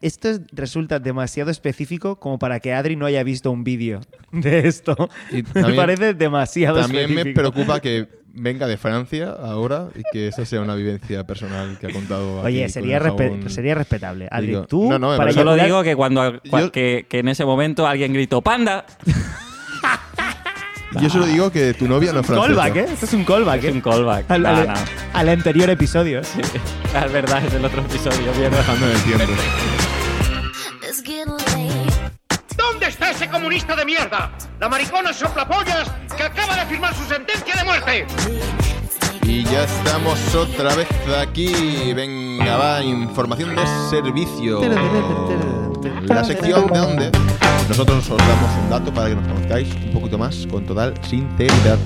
Speaker 2: Esto es- resulta demasiado específico como para que Adri no haya visto un vídeo de esto.
Speaker 1: Y
Speaker 2: me
Speaker 1: también-
Speaker 2: parece demasiado
Speaker 1: También me
Speaker 2: específico.
Speaker 1: preocupa que venga de Francia ahora y que esa sea una vivencia personal que ha contado.
Speaker 2: Oye,
Speaker 1: aquí con
Speaker 2: sería,
Speaker 1: el
Speaker 2: respe-
Speaker 1: jabón.
Speaker 2: sería respetable. Adri,
Speaker 1: Digo,
Speaker 2: tú,
Speaker 1: no, no, me
Speaker 2: para
Speaker 1: parece-
Speaker 3: Solo
Speaker 2: eyacular-
Speaker 3: digo que cuando cua-
Speaker 1: Yo-
Speaker 3: que, que en ese momento alguien gritó ¡Panda!
Speaker 1: Yo solo digo que tu novia no es francesa.
Speaker 2: Callback, ¿eh? Esto es un callback,
Speaker 3: Es
Speaker 2: ¿eh?
Speaker 3: un callback.
Speaker 2: Al,
Speaker 3: No,
Speaker 2: al-
Speaker 3: no.
Speaker 2: al anterior episodio.
Speaker 3: Es verdad, es el otro episodio. mierda.
Speaker 1: Viajando en el tiempo.
Speaker 4: It's getting late.
Speaker 6: ¿Dónde está ese comunista de mierda? La maricona soplapollas que acaba de firmar su sentencia de muerte.
Speaker 1: Y ya estamos otra vez aquí. Venga, va, información de servicio. La sección de donde nosotros os damos un dato para que nos conozcáis un poquito más con total sinceridad.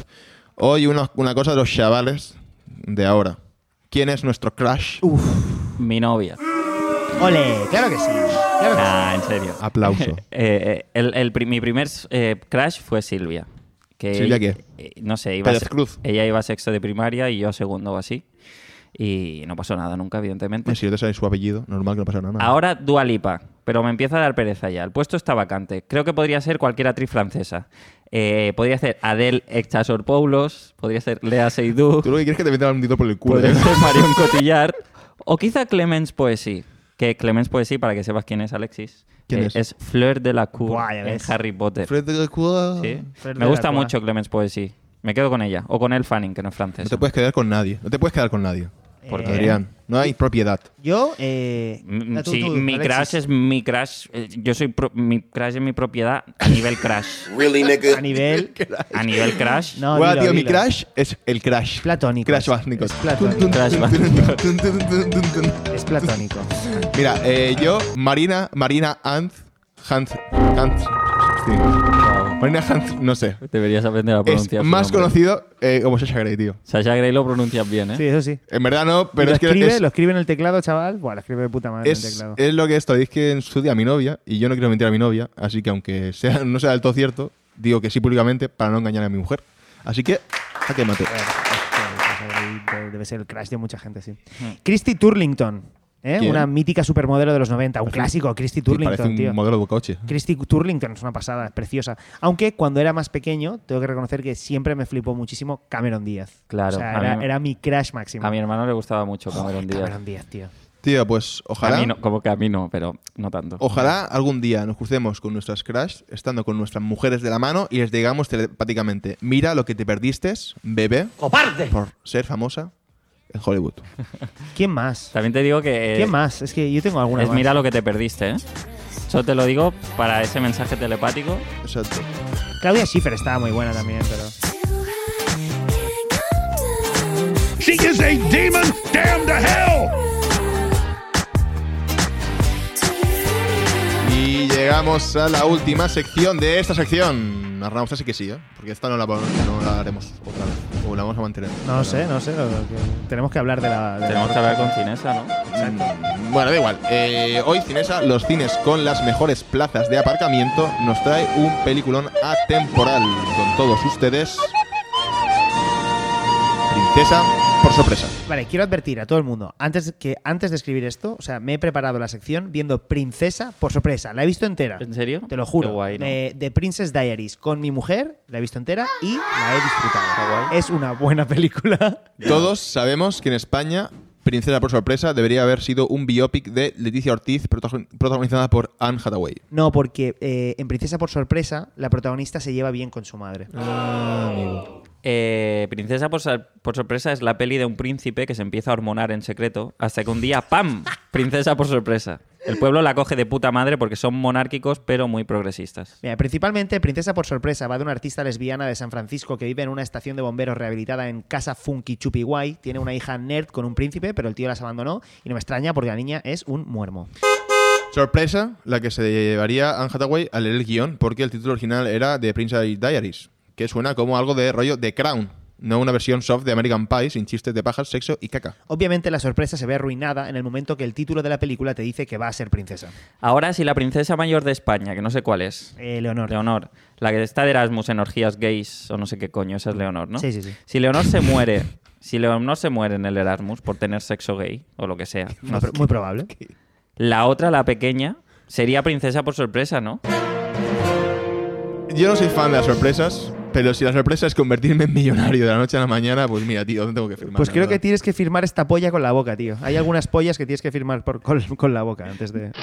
Speaker 1: Hoy una, una cosa de los chavales de ahora. ¿Quién es nuestro crush?
Speaker 3: Mi novia.
Speaker 2: Ole, claro que sí. claro que sí.
Speaker 3: Nah, en serio.
Speaker 1: Aplauso.
Speaker 3: Eh, eh, el- el pri- mi primer eh, crash fue Silvia. Que
Speaker 1: ¿Silvia qué?
Speaker 3: eh, no sé, iba a
Speaker 1: Pérez
Speaker 3: se-
Speaker 1: Cruz.
Speaker 3: ella iba a sexto de primaria y yo a segundo o así. Y no pasó nada nunca, evidentemente.
Speaker 1: Si no te sabes su apellido, normal que no pasa nada.
Speaker 3: Ahora Dualipa, pero me empieza a dar pereza ya. El puesto está vacante. Creo que podría ser cualquier actriz francesa. Eh, podría ser Adele Exarchopoulos, podría ser Lea Seydoux,
Speaker 1: Tú lo que quieres es que te metan un dito por el culo.
Speaker 3: podría
Speaker 1: ¿eh?
Speaker 3: ser Marion Cotillard o quizá Clemence Poesy. Que Clemence Poesy, para que sepas quién es Alexis,
Speaker 1: ¿Quién
Speaker 3: eh,
Speaker 1: es?
Speaker 3: Fleur de la Cour
Speaker 2: Buah, ya
Speaker 3: en
Speaker 2: ves.
Speaker 3: Harry Potter.
Speaker 1: Fred del culo.
Speaker 3: Sí.
Speaker 2: Fleur de
Speaker 3: Me
Speaker 2: la
Speaker 3: gusta
Speaker 2: Cour.
Speaker 3: mucho Clemence Poesy. Me quedo con ella. O con El Fanning, que no es
Speaker 1: No
Speaker 3: francés.
Speaker 1: te puedes quedar con nadie. No te puedes quedar con nadie. Eh,
Speaker 3: ¿Por qué?
Speaker 1: Adrián, no hay propiedad.
Speaker 2: Yo, eh.
Speaker 3: Mm,
Speaker 2: tú,
Speaker 3: sí,
Speaker 2: tú,
Speaker 3: mi
Speaker 2: Alexis.
Speaker 3: crash es mi crash. eh, Yo soy pro- mi crash es mi propiedad a nivel crash.
Speaker 2: A nivel.
Speaker 3: a nivel crash.
Speaker 2: No,
Speaker 1: Guau,
Speaker 2: dilo,
Speaker 1: tío, mi
Speaker 2: dilo.
Speaker 1: crash es el crash.
Speaker 2: Platónico.
Speaker 1: Crash Bandicoot.
Speaker 2: Es platónico.
Speaker 3: Crash
Speaker 1: Tun, tun, tun, tun, tun.
Speaker 2: Es platónico.
Speaker 1: Mira, eh, yo, Marina, Marina Hans, Hans, Hans, sí.
Speaker 3: Wow.
Speaker 1: Marina Hans, no sé.
Speaker 3: Deberías aprender a
Speaker 1: Es
Speaker 3: pronunciar. su
Speaker 1: más
Speaker 3: nombre.
Speaker 1: conocido eh, como Sasha Grey, tío.
Speaker 3: Sasha Grey lo pronuncias bien, ¿eh?
Speaker 2: Sí, eso sí.
Speaker 1: En verdad
Speaker 2: Pero
Speaker 1: no, pero
Speaker 2: lo,
Speaker 1: es que
Speaker 2: escribe,
Speaker 1: es,
Speaker 2: lo escribe en el teclado, chaval. Buah, lo escribe de puta madre en el
Speaker 1: es,
Speaker 2: teclado.
Speaker 1: es lo que es, es que en su día mi novia, y yo no quiero mentir a mi novia, así que aunque sea, no sea del todo cierto, digo que sí públicamente para no engañar a mi mujer. Así que, a que mate.
Speaker 2: Debe ser el crash de mucha gente, sí. Christy Turlington, ¿eh?
Speaker 1: Hmm. ¿Quién?
Speaker 2: una mítica supermodelo de los 90, un clásico, Christy
Speaker 1: Sí, parece
Speaker 2: Turlington,
Speaker 1: un
Speaker 2: tío.
Speaker 1: modelo de coche.
Speaker 2: Christy Turlington es una pasada, es preciosa. Aunque cuando era más pequeño, tengo que reconocer que siempre me flipó muchísimo Cameron Díaz.
Speaker 3: Claro,
Speaker 2: O sea,
Speaker 3: a mí
Speaker 2: era,
Speaker 3: me-
Speaker 2: era mi crash máximo.
Speaker 3: A mi hermano le gustaba mucho Cameron Díaz.
Speaker 2: Cameron Díaz, tío.
Speaker 1: Tío, pues ojalá.
Speaker 3: A mí no, como que a mí no, pero no tanto.
Speaker 1: Ojalá algún día nos crucemos con nuestras crush, estando con nuestras mujeres de la mano y les digamos telepáticamente, mira lo que te perdiste, bebé,
Speaker 6: ¡Cobarde!
Speaker 1: por ser famosa en Hollywood.
Speaker 2: ¿Quién más?
Speaker 3: También te digo que. eh,
Speaker 2: ¿Quién más? Es que yo tengo alguna
Speaker 3: Es
Speaker 2: más.
Speaker 3: mira lo que te perdiste, ¿eh? Eso te lo digo para ese mensaje telepático.
Speaker 1: Exacto.
Speaker 2: Claudia Schiffer estaba muy buena también, pero...
Speaker 4: She is a demon, damn to hell!
Speaker 1: Y vamos a la última sección de esta sección. Arnauza sí que sí, ¿eh? Porque esta no la, no la haremos otra vez. O la vamos a mantener.
Speaker 2: No sé, no sé. lo- lo que- tenemos que hablar de la. de la-
Speaker 3: Tenemos que hablar con Cinesa, ¿no?
Speaker 1: Mm, Bueno, da igual. Eh, hoy Cinesa, los cines con las mejores plazas de aparcamiento, nos trae un peliculón atemporal. Con todos ustedes, Princesa por sorpresa.
Speaker 2: Vale, quiero advertir a todo el mundo, antes, que antes de escribir esto, o sea, me he preparado la sección viendo Princesa por sorpresa. La he visto entera.
Speaker 3: ¿En serio?
Speaker 2: Te lo juro.
Speaker 3: Qué guay, ¿no?
Speaker 2: de, de Princess Diaries con mi mujer, la he visto entera y la he disfrutado. Es una buena película.
Speaker 1: Todos sabemos que en España, Princesa por sorpresa debería haber sido un biopic de Leticia Ortiz protagon- protagonizada por Anne Hathaway.
Speaker 2: No, porque eh, en Princesa por sorpresa, la protagonista se lleva bien con su madre.
Speaker 3: Eh, Princesa por, sor- por sorpresa es la peli de un príncipe que se empieza a hormonar en secreto hasta que un día ¡pam! Princesa por sorpresa. El pueblo la coge de puta madre porque son monárquicos pero muy progresistas.
Speaker 2: Mira, principalmente Princesa por sorpresa va de una artista lesbiana de San Francisco que vive en una estación de bomberos rehabilitada en Casa Funky Chupi Guay. Tiene una hija nerd con un príncipe, pero el tío las abandonó y no me extraña porque la niña es un muermo.
Speaker 1: Sorpresa, la que se llevaría Anne Hathaway al leer el guión, porque el título original era The Princess Diaries, que suena como algo de rollo The Crown, no una versión soft de American Pie sin chistes de pajas, sexo y caca.
Speaker 2: Obviamente la sorpresa se ve arruinada en el momento que el título de la película te dice que va a ser princesa.
Speaker 3: Ahora si la princesa mayor de España, que no sé cuál es,
Speaker 2: Eh, Leonor.
Speaker 3: Leonor, la que está de Erasmus en orgías gays o no sé qué coño, esa es Leonor, ¿no?
Speaker 2: Sí, sí, sí.
Speaker 3: Si Leonor se muere, si Leonor se muere en el Erasmus por tener sexo gay o lo que sea,
Speaker 2: Muy, pro- muy probable.
Speaker 3: la otra, la pequeña, sería princesa por sorpresa, ¿no?
Speaker 1: Yo no soy fan de las sorpresas, pero si la sorpresa es convertirme en millonario de la noche a la mañana, pues mira, tío, ¿dónde tengo que firmar?
Speaker 2: Pues creo que
Speaker 1: ¿verdad?
Speaker 2: tienes que firmar esta polla con la boca, tío. Hay algunas pollas que tienes que firmar por- con, con la boca antes de...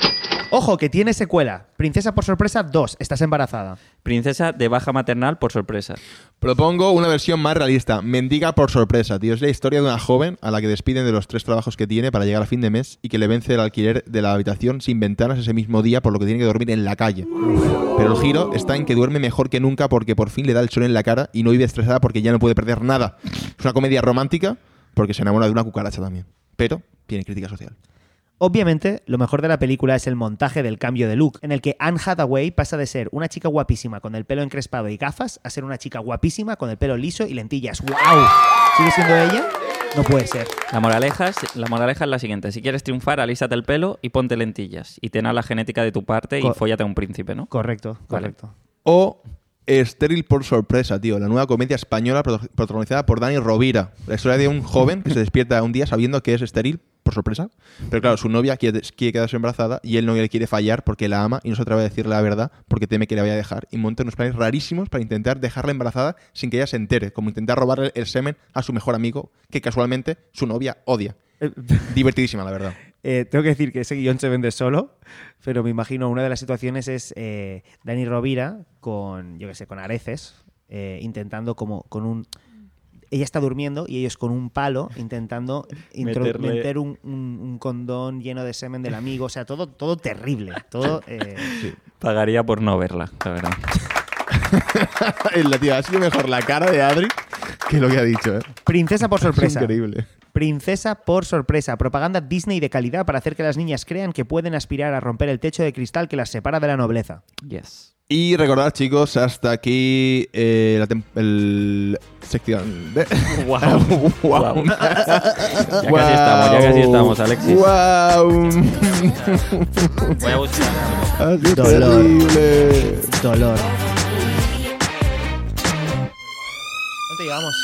Speaker 2: Ojo, que tiene secuela. Princesa por sorpresa 2. Estás embarazada.
Speaker 3: Princesa de baja maternal por sorpresa.
Speaker 1: Propongo una versión más realista, Mendiga por sorpresa, tío. Es la historia de una joven a la que despiden de los tres trabajos que tiene para llegar a fin de mes y que le vence el alquiler de la habitación sin ventanas ese mismo día, por lo que tiene que dormir en la calle. Pero el giro está en que duerme mejor que nunca porque por fin le da el sol en la cara y no vive estresada porque ya no puede perder nada. Es una comedia romántica porque se enamora de una cucaracha también. Pero tiene crítica social.
Speaker 2: Obviamente, lo mejor de la película es el montaje del cambio de look, en el que Anne Hathaway pasa de ser una chica guapísima con el pelo encrespado y gafas a ser una chica guapísima con el pelo liso y lentillas. ¡Wow! ¿Sigue siendo ella? No puede ser.
Speaker 3: La moraleja, es, la moraleja es la siguiente. Si quieres triunfar, alísate el pelo y ponte lentillas. Y ten a la genética de tu parte
Speaker 2: Co-
Speaker 3: y fóllate a un príncipe, ¿no?
Speaker 2: Correcto,
Speaker 3: Vale.
Speaker 2: correcto.
Speaker 1: O Estéril por sorpresa, tío. La nueva comedia española prota- protagonizada por Dani Rovira. La historia de un joven que se despierta un día sabiendo que es estéril por sorpresa. Pero claro, su novia quiere, quiere quedarse embarazada y él no le quiere fallar porque la ama y no se atreve a decirle la verdad porque teme que le vaya a dejar. Y monta unos planes rarísimos para intentar dejarla embarazada sin que ella se entere. Como intentar robarle el semen a su mejor amigo que casualmente su novia odia. Divertidísima, la verdad.
Speaker 2: Eh, tengo que decir que ese guión se vende solo, pero me imagino una de las situaciones es eh, Dani Rovira con, yo qué sé, con areces, eh, intentando como con un... Ella está durmiendo y ellos con un palo intentando intro-
Speaker 3: Meterle-
Speaker 2: meter un, un- un condón lleno de semen del amigo. O sea, todo, todo terrible. Todo, eh,
Speaker 3: Pagaría por no verla, la verdad.
Speaker 1: la tía, ha sido mejor la cara de Adri que lo que ha dicho. ¿eh?
Speaker 2: Princesa por
Speaker 1: Es
Speaker 2: sorpresa.
Speaker 1: increíble.
Speaker 2: Princesa por sorpresa. Propaganda Disney de calidad para hacer que las niñas crean que pueden aspirar a romper el techo de cristal que las separa de la nobleza.
Speaker 3: Yes.
Speaker 1: Y recordad, chicos, hasta aquí eh, la tem- el sección de...
Speaker 3: Wow.
Speaker 1: Guau.
Speaker 3: Guau. Ya casi estamos, ya casi estamos, Alexis.
Speaker 1: Guau.
Speaker 3: Voy a buscar.
Speaker 1: Ha sido
Speaker 2: Dolor.
Speaker 1: terrible.
Speaker 2: Dolor. ¿Dónde llegamos?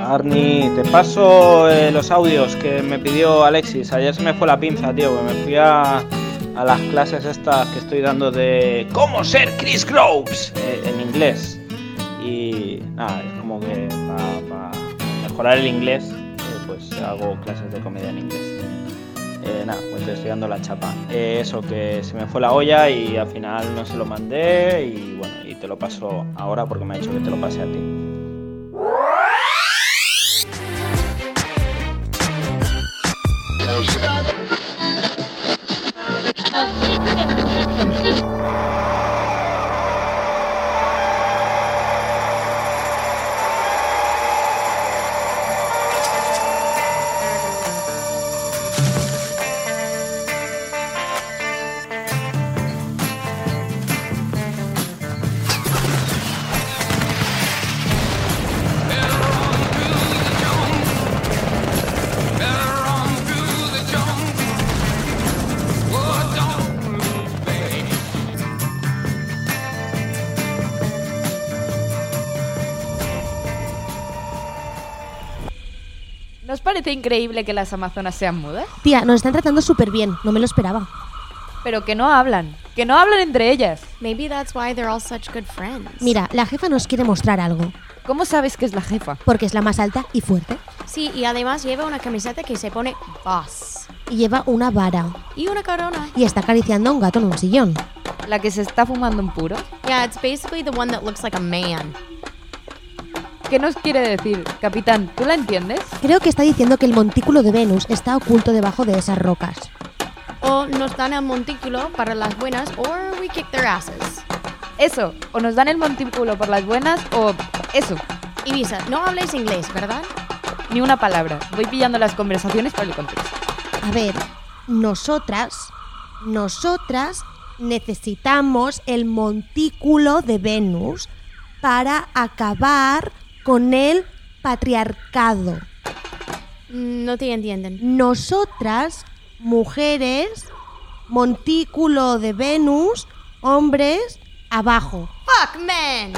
Speaker 9: Arni, te paso eh, los audios que me pidió Alexis. Ayer se me fue la pinza, tío, que me fui a, a las clases estas que estoy dando de cómo ser Chris Groves eh, en inglés. Y nada, es como que para mejorar el inglés, eh, pues hago clases de comedia en inglés. Eh, nada, pues te estoy dando la chapa. Eh, eso, que se me fue la olla y al final no se lo mandé y bueno, y te lo paso ahora porque me ha dicho que te lo pase a ti.
Speaker 10: ¿No os parece increíble que las amazonas sean mudas?
Speaker 11: Tía, nos están tratando súper bien, no me lo esperaba.
Speaker 10: Pero que no hablan, que no hablan entre ellas.
Speaker 12: Maybe that's why they're all such good friends.
Speaker 11: Mira, la jefa nos quiere mostrar algo.
Speaker 10: ¿Cómo sabes que es la jefa?
Speaker 11: Porque es la más alta y fuerte.
Speaker 12: Sí, y además lleva una camiseta que se pone boss.
Speaker 11: Y lleva una vara.
Speaker 12: Y una corona.
Speaker 11: Y está acariciando a un gato en un sillón.
Speaker 10: ¿La que se está fumando un puro?
Speaker 12: Yeah, it's basically the one that looks like a man.
Speaker 10: ¿Qué nos quiere decir? Capitán, ¿tú la entiendes?
Speaker 11: Creo que está diciendo que el montículo de Venus está oculto debajo de esas rocas.
Speaker 12: O nos dan el montículo para las buenas, or we kick their asses.
Speaker 10: Eso, o nos dan el montículo por las buenas, o eso.
Speaker 12: Ibiza, no habléis inglés, ¿verdad?
Speaker 10: Ni una palabra. Voy pillando las conversaciones por el contexto.
Speaker 11: A ver, nosotras, nosotras necesitamos el montículo de Venus para acabar con el patriarcado.
Speaker 12: No te entienden.
Speaker 11: Nosotras, mujeres, montículo de Venus, hombres, abajo.
Speaker 12: Fuck, man.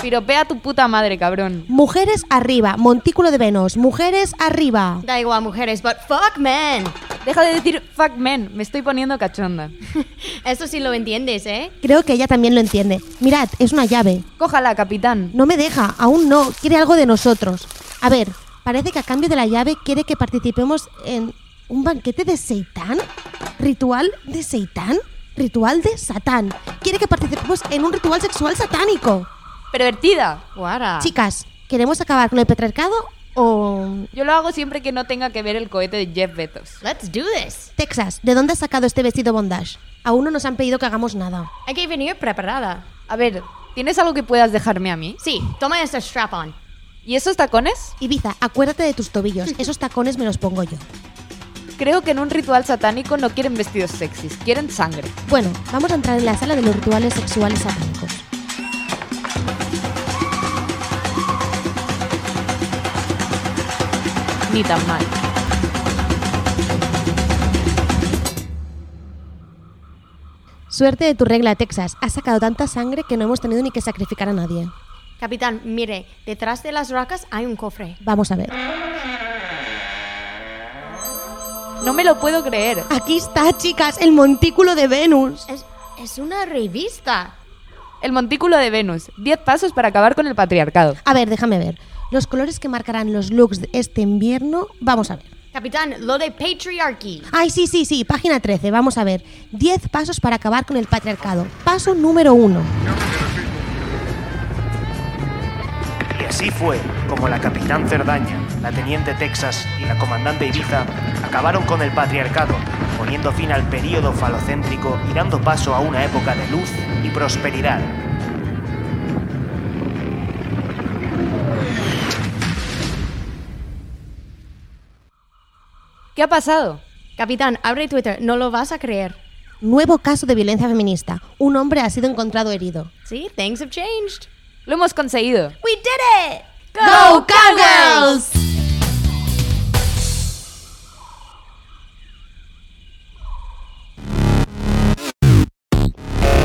Speaker 10: Piropea a tu puta madre, cabrón.
Speaker 11: Mujeres arriba, montículo de Venus, mujeres arriba.
Speaker 12: Da igual, mujeres, but fuck, man.
Speaker 10: Ah. Deja de decir fuck men, me estoy poniendo cachonda.
Speaker 12: Eso sí lo entiendes, ¿eh?
Speaker 11: Creo que ella también lo entiende. Mirad, es una llave.
Speaker 10: Cójala, capitán.
Speaker 11: No me deja, aún no, quiere algo de nosotros. A ver, parece que a cambio de la llave quiere que participemos en un banquete de Seitán. ¿Ritual de Seitán? Ritual de Satán. Quiere que participemos en un ritual sexual satánico.
Speaker 10: Pervertida.
Speaker 12: Guara.
Speaker 11: Chicas, ¿queremos acabar con el patriarcado o
Speaker 10: Yo lo hago siempre que no tenga que ver el cohete de Jeff Bezos.
Speaker 12: Let's do this.
Speaker 11: Texas, ¿de dónde has sacado este vestido bondage? Aún no nos han pedido que hagamos nada.
Speaker 12: Hay que venir preparada.
Speaker 10: A ver, ¿tienes algo que puedas dejarme a mí?
Speaker 12: Sí, toma este strap on.
Speaker 10: ¿Y esos tacones?
Speaker 11: Ibiza, acuérdate de tus tobillos. Esos tacones me los pongo yo.
Speaker 10: Creo que en un ritual satánico no quieren vestidos sexys, quieren sangre.
Speaker 11: Bueno, vamos a entrar en la sala de los rituales sexuales satánicos.
Speaker 10: Ni tan mal.
Speaker 11: Suerte de tu regla, Texas. Has sacado tanta sangre que no hemos tenido ni que sacrificar a nadie.
Speaker 12: Capitán, mire, detrás de las rocas hay un cofre.
Speaker 11: Vamos a ver.
Speaker 10: No me lo puedo creer.
Speaker 11: Aquí está, chicas, el montículo de Venus.
Speaker 12: Es, es una revista.
Speaker 10: El montículo de Venus. 10 pasos para acabar con el patriarcado.
Speaker 11: A ver, déjame ver. Los colores que marcarán los looks de este invierno, vamos a ver.
Speaker 12: Capitán, lo de patriarchy.
Speaker 11: Ay, sí, sí, sí, página 13, vamos a ver. 10 pasos para acabar con el patriarcado. Paso número 1.
Speaker 13: Y así fue como la capitán Cerdaña, la teniente Texas y la comandante Ibiza acabaron con el patriarcado, poniendo fin al período falocéntrico y dando paso a una época de luz y prosperidad.
Speaker 10: ¿Qué ha pasado?
Speaker 12: Capitán, abre Twitter, no lo vas a creer.
Speaker 11: Nuevo caso de violencia feminista. Un hombre ha sido encontrado herido.
Speaker 12: Sí, things have changed.
Speaker 10: Lo hemos conseguido.
Speaker 12: We did it! Go, Cowgirls!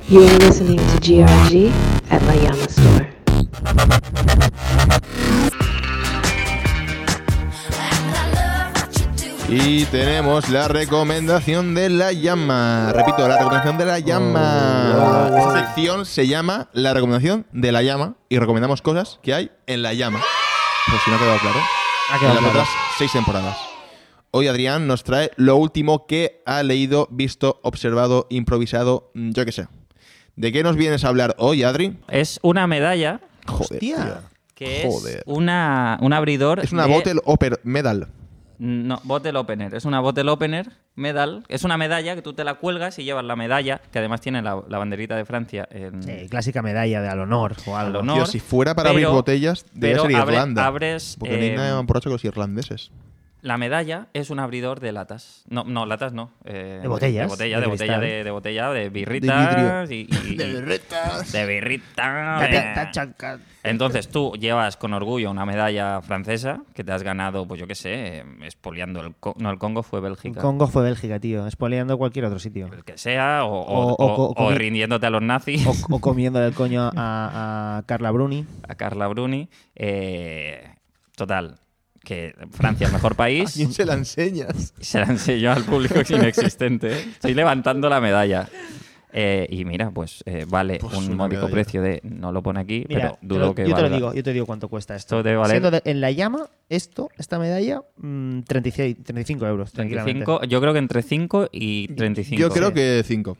Speaker 14: You're listening to GRG at La Llama Store.
Speaker 1: Y tenemos la recomendación de la llama. Repito, la recomendación de la llama.
Speaker 2: Oh.
Speaker 1: Esta sección se llama La recomendación de la llama y recomendamos cosas que hay en la llama. Por si no ha quedado claro.
Speaker 2: Ha quedado
Speaker 1: en las
Speaker 2: claro.
Speaker 1: otras seis temporadas. Hoy Adrián nos trae lo último que ha leído, visto, observado, improvisado, mm, yo qué sé. ¿De qué nos vienes a hablar hoy, Adri?
Speaker 3: Es una medalla
Speaker 1: Joder. tío.
Speaker 3: que
Speaker 1: Joder.
Speaker 3: es una, un abridor.
Speaker 1: Es una
Speaker 3: de-
Speaker 1: bottle Opera medal.
Speaker 3: No, bottle opener. Es una bottle opener medal. Es una medalla que tú te la cuelgas y llevas la medalla, que además tiene la, la banderita de Francia en,
Speaker 2: Sí, Eh, clásica medalla de al honor o
Speaker 3: al
Speaker 2: algo.
Speaker 3: honor.
Speaker 1: Tío, si fuera para abrir
Speaker 3: pero-
Speaker 1: botellas, debería
Speaker 3: pero
Speaker 1: ser
Speaker 3: abre-
Speaker 1: Irlanda.
Speaker 3: abres,
Speaker 1: porque
Speaker 3: eh,
Speaker 1: ni nada más borracho que los irlandeses.
Speaker 3: La medalla es un abridor de latas. No, no latas no. eh,
Speaker 2: De botellas,
Speaker 3: De botella,
Speaker 2: de
Speaker 3: de, botella,
Speaker 2: cristal.
Speaker 3: de, de botella, de birritas. y- y- y-
Speaker 1: birretas.
Speaker 3: de Eh, birrita.
Speaker 2: Ta-
Speaker 3: de-
Speaker 2: ta- ta- chaca.
Speaker 3: Entonces tú llevas con orgullo una medalla francesa que te has ganado, pues yo qué sé, espoleando el... Co- no, el Congo fue Bélgica.
Speaker 2: Congo fue Bélgica, tío. Espoleando cualquier otro sitio.
Speaker 3: El que sea, o,
Speaker 2: O-
Speaker 3: o-
Speaker 2: o co-
Speaker 3: o-
Speaker 2: comi-
Speaker 3: o rindiéndote a los nazis.
Speaker 2: O, o comiendo del coño a, a Carla Bruni.
Speaker 3: a Carla Bruni. eh, total, que Francia es mejor país.
Speaker 1: quién se la enseñas?
Speaker 3: Se la enseñó al público es inexistente. ¿eh? Estoy levantando la medalla. Eh, y mira, pues eh, vale
Speaker 2: Pues
Speaker 3: un
Speaker 2: una
Speaker 3: módico
Speaker 2: medalla.
Speaker 3: precio de. No lo pone aquí,
Speaker 2: Mira,
Speaker 3: pero
Speaker 2: yo
Speaker 3: dudo
Speaker 2: lo-
Speaker 3: que
Speaker 2: yo te lo
Speaker 3: valga.
Speaker 2: digo, yo te digo cuánto cuesta esto.
Speaker 3: Esto debe valer
Speaker 2: Siendo de- en la llama, esto, esta medalla, mm, 36, 35 euros, tranquilamente.
Speaker 3: 35, yo creo que entre 5 y 35.
Speaker 1: Yo creo que 5.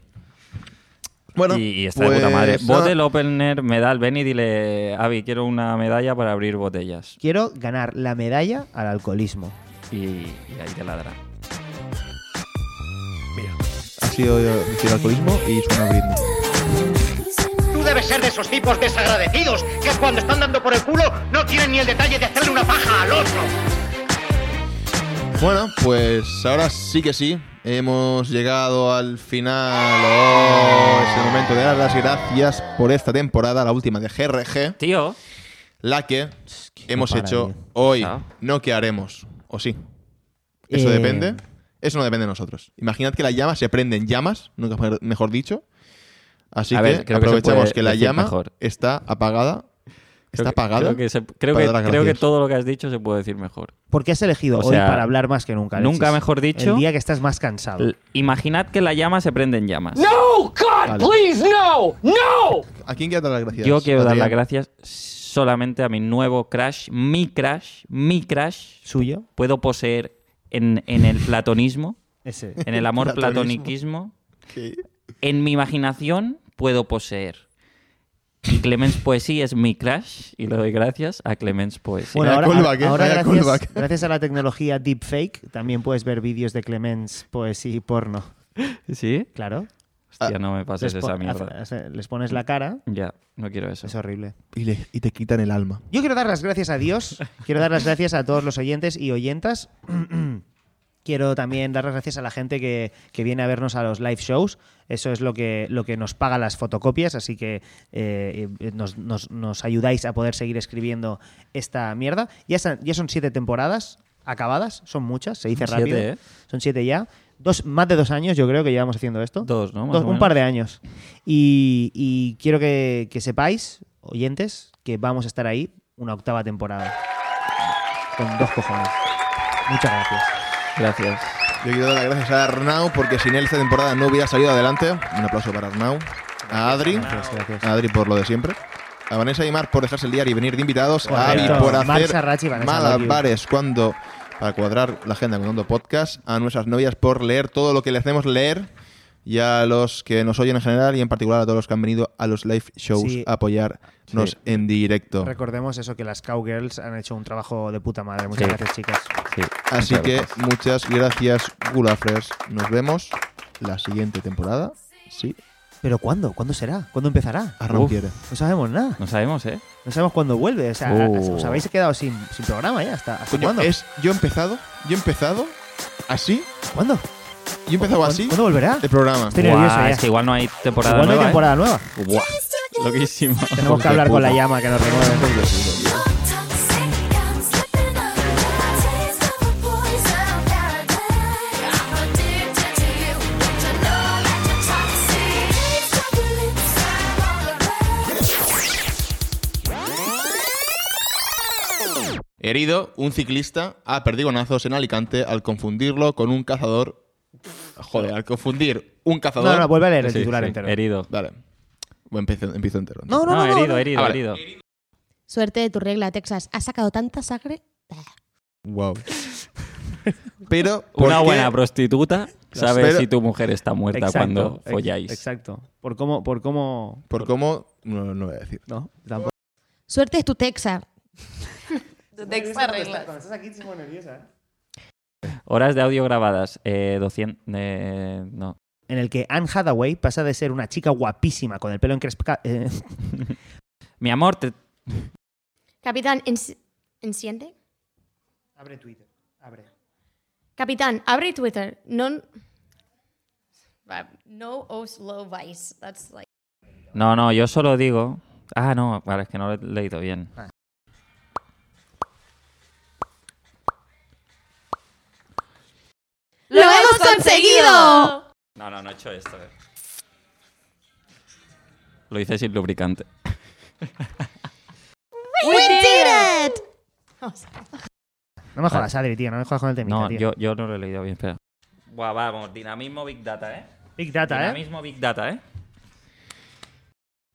Speaker 1: Bueno,
Speaker 3: y, y está de puta
Speaker 1: pues,
Speaker 3: madre.
Speaker 1: nada.
Speaker 3: Bote el opener, medal, ven y dile, Avi, quiero una medalla para abrir botellas.
Speaker 2: Quiero ganar la medalla al alcoholismo.
Speaker 3: Y, y ahí te ladra.
Speaker 1: Ha sido eh, el alcoholismo y suena abriendo.
Speaker 6: Tú debes ser de esos tipos desagradecidos que cuando están dando por el culo no tienen ni el detalle de hacerle una paja al otro.
Speaker 1: Bueno, pues ahora sí que sí. Hemos llegado al final. Oh, es el momento de dar las gracias por esta temporada, la última de GRG.
Speaker 3: Tío.
Speaker 1: La que hemos
Speaker 2: para,
Speaker 1: hecho
Speaker 2: tío.
Speaker 1: hoy. No que haremos. ¿O sí? Eso
Speaker 2: Eh.
Speaker 1: depende. Eso no depende de nosotros. Imaginad que la llama se prende en llamas, nunca mejor- mejor dicho. Así
Speaker 3: A
Speaker 1: que
Speaker 3: ver, creo que se
Speaker 1: aprovechamos
Speaker 3: puede
Speaker 1: que, la
Speaker 3: decir
Speaker 1: llama
Speaker 3: mejor.
Speaker 1: está apagada. Está
Speaker 3: Creo que-
Speaker 1: apagada.
Speaker 3: Creo que, se- creo,
Speaker 1: para
Speaker 3: que,
Speaker 1: dar las
Speaker 3: creo que
Speaker 1: gracias.
Speaker 3: todo lo que has dicho se puede decir mejor.
Speaker 2: ¿Por qué has elegido
Speaker 3: O
Speaker 2: hoy
Speaker 3: sea,
Speaker 2: para hablar más que nunca? Alexis?
Speaker 3: nunca mejor dicho.
Speaker 2: El día que estás más cansado.
Speaker 3: L- Imaginad que la llama se prende en llamas.
Speaker 15: No, God,
Speaker 3: Vale.
Speaker 15: please, no, no.
Speaker 1: ¿A quién quiere dar las gracias?
Speaker 3: Yo quiero dar las
Speaker 1: Adrián?
Speaker 3: gracias solamente a mi nuevo crash, mi crash, mi crash.
Speaker 2: ¿Suyo?
Speaker 3: Puedo poseer en, en el platonismo,
Speaker 2: Ese.
Speaker 3: en el amor
Speaker 2: Platonismo.
Speaker 3: platoniquismo.
Speaker 1: ¿Qué?
Speaker 3: En mi imaginación puedo poseer. Y Clemens Poesía es mi crash y le doy gracias a Clemens Poesía.
Speaker 2: Bueno, ahora,
Speaker 3: ¿eh?
Speaker 2: ahora gracias, gracias a la tecnología deepfake también puedes ver vídeos de Clemens, poesía y porno.
Speaker 3: ¿Sí?
Speaker 2: Claro.
Speaker 3: Hostia, no me pases
Speaker 2: Les po-
Speaker 3: esa mierda.
Speaker 2: ah, hace- les pones la cara.
Speaker 3: Ya, no quiero eso.
Speaker 2: Es horrible.
Speaker 1: Y, le- y te quitan el alma.
Speaker 2: Yo quiero dar las gracias a Dios, quiero dar las gracias a todos los oyentes y oyentas. Quiero también dar las gracias a la gente que, que viene a vernos a los live shows. Eso es lo que, lo que nos paga las fotocopias, así que eh, eh, nos, nos- nos ayudáis a poder seguir escribiendo esta mierda. Ya, son- ya son siete temporadas acabadas, son muchas, se dice
Speaker 3: Siete,
Speaker 2: rápido.
Speaker 3: ¿eh?
Speaker 2: Son siete ya. Dos, más de dos años yo creo que llevamos haciendo esto.
Speaker 3: Dos, ¿no? Más o
Speaker 2: un
Speaker 3: menos.
Speaker 2: par de años. Y, y quiero que, que sepáis, oyentes, que vamos a estar ahí una octava temporada. Con dos cojones. Muchas gracias.
Speaker 3: Gracias.
Speaker 1: Yo quiero dar las gracias a Arnau porque sin él esta temporada no hubiera salido adelante. Un aplauso para Arnau. A Adri. A Adri por lo de siempre. A Vanessa y Mar por dejarse el diario y venir de invitados. a Avi
Speaker 2: Correcto.
Speaker 1: por
Speaker 2: Marc
Speaker 1: hacer
Speaker 2: Sarrachi y Vanessa
Speaker 1: malabares cuando para cuadrar la agenda cuando podcast. A nuestras novias por leer todo lo que le hacemos leer. Y a los que nos oyen en general y en particular a todos los que han venido a los live shows
Speaker 2: Sí.
Speaker 1: a apoyarnos
Speaker 2: Sí.
Speaker 1: en directo.
Speaker 2: Recordemos eso, que las Cowgirls han hecho un trabajo de puta madre. Muchas
Speaker 1: Sí.
Speaker 2: gracias, chicas.
Speaker 1: Así
Speaker 3: muchas
Speaker 1: que
Speaker 3: gracias.
Speaker 1: muchas gracias, Gulafres. Nos vemos la siguiente temporada. Sí.
Speaker 2: ¿Pero cuándo? ¿Cuándo será? ¿Cuándo empezará?
Speaker 1: Arnau
Speaker 2: Uf.
Speaker 1: quiere.
Speaker 2: No sabemos nada.
Speaker 3: No sabemos, ¿eh?
Speaker 2: No sabemos cuándo vuelve. O sea,
Speaker 3: Uh.
Speaker 2: os habéis quedado sin, sin programa ya. ¿Hasta, hasta
Speaker 1: Coño,
Speaker 2: cuándo?
Speaker 1: es- yo he empezado, yo he empezado así.
Speaker 2: ¿Cuándo?
Speaker 1: Yo he empezado así.
Speaker 2: ¿Cuándo Este- volverá?
Speaker 1: El programa.
Speaker 2: Estoy nervioso
Speaker 3: Buah,
Speaker 2: ya.
Speaker 3: Es que igual no hay temporada
Speaker 2: Igual no hay
Speaker 3: nueva.
Speaker 2: temporada
Speaker 3: ¿eh?
Speaker 2: nueva.
Speaker 3: Buah, loquísimo.
Speaker 2: Tenemos que hablar con la llama que nos remueve.
Speaker 1: Herido, un ciclista ha perdigonazos en Alicante al confundirlo con un cazador. Joder, al confundir un cazador.
Speaker 2: No, no, vuelve a leer el titular entero.
Speaker 3: Herido.
Speaker 1: Vale. Bueno, empiezo, empiezo entero.
Speaker 11: No, no, No, no, no, herido, no. herido,
Speaker 1: Ah, vale.
Speaker 3: herido.
Speaker 11: Suerte de tu regla, Texas. Has sacado tanta sangre.
Speaker 1: Wow. Pero.
Speaker 3: Una
Speaker 1: ¿por qué?
Speaker 3: buena prostituta sabe
Speaker 1: Pero-
Speaker 3: si tu mujer está muerta
Speaker 2: Exacto,
Speaker 3: cuando
Speaker 2: ex-
Speaker 3: folláis.
Speaker 2: Exacto. Por cómo, por cómo.
Speaker 1: Por cómo. No, no voy a decir.
Speaker 2: No, tampoco.
Speaker 11: Suerte es tu Texas.
Speaker 2: estás aquí, te pones nerviosa, ¿eh?
Speaker 3: Horas de audio grabadas. Eh, 200. eh, no.
Speaker 2: en el que Anne Hathaway pasa de ser una chica guapísima con el pelo eh, encrespado.
Speaker 3: Mi amor, te-
Speaker 12: Capitán, ens- ¿enciende?
Speaker 2: Abre Twitter. Abre.
Speaker 12: Capitán, abre Twitter. No. No os lo vais. That's like.
Speaker 3: no, no, yo solo digo. Ah, no, vale, es que no lo he leído bien.
Speaker 2: Ah.
Speaker 4: ¡Lo hemos conseguido!
Speaker 3: No, no, no he hecho esto. eh. Lo hice sin lubricante.
Speaker 11: We did it!
Speaker 2: No me jodas, Adri, tío, no me jodas con el temita,
Speaker 3: Ah. No,
Speaker 2: tío.
Speaker 3: yo, yo no lo he leído bien, espera. Buah, vamos, dinamismo Big Data, ¿eh?
Speaker 2: Big Data, ¿eh?
Speaker 3: Dinamismo Big Data, ¿eh?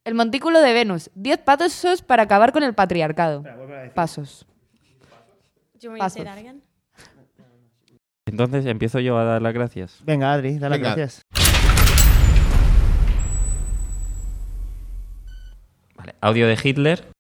Speaker 10: El montículo de Venus. 10 pasos para acabar con el patriarcado. Pasos.
Speaker 12: Do you want me to
Speaker 10: Pasos.
Speaker 12: say that again?
Speaker 3: Entonces empiezo yo a dar las gracias.
Speaker 2: Venga, Adri, da las
Speaker 3: Venga.
Speaker 2: gracias.
Speaker 3: Audio de Hitler.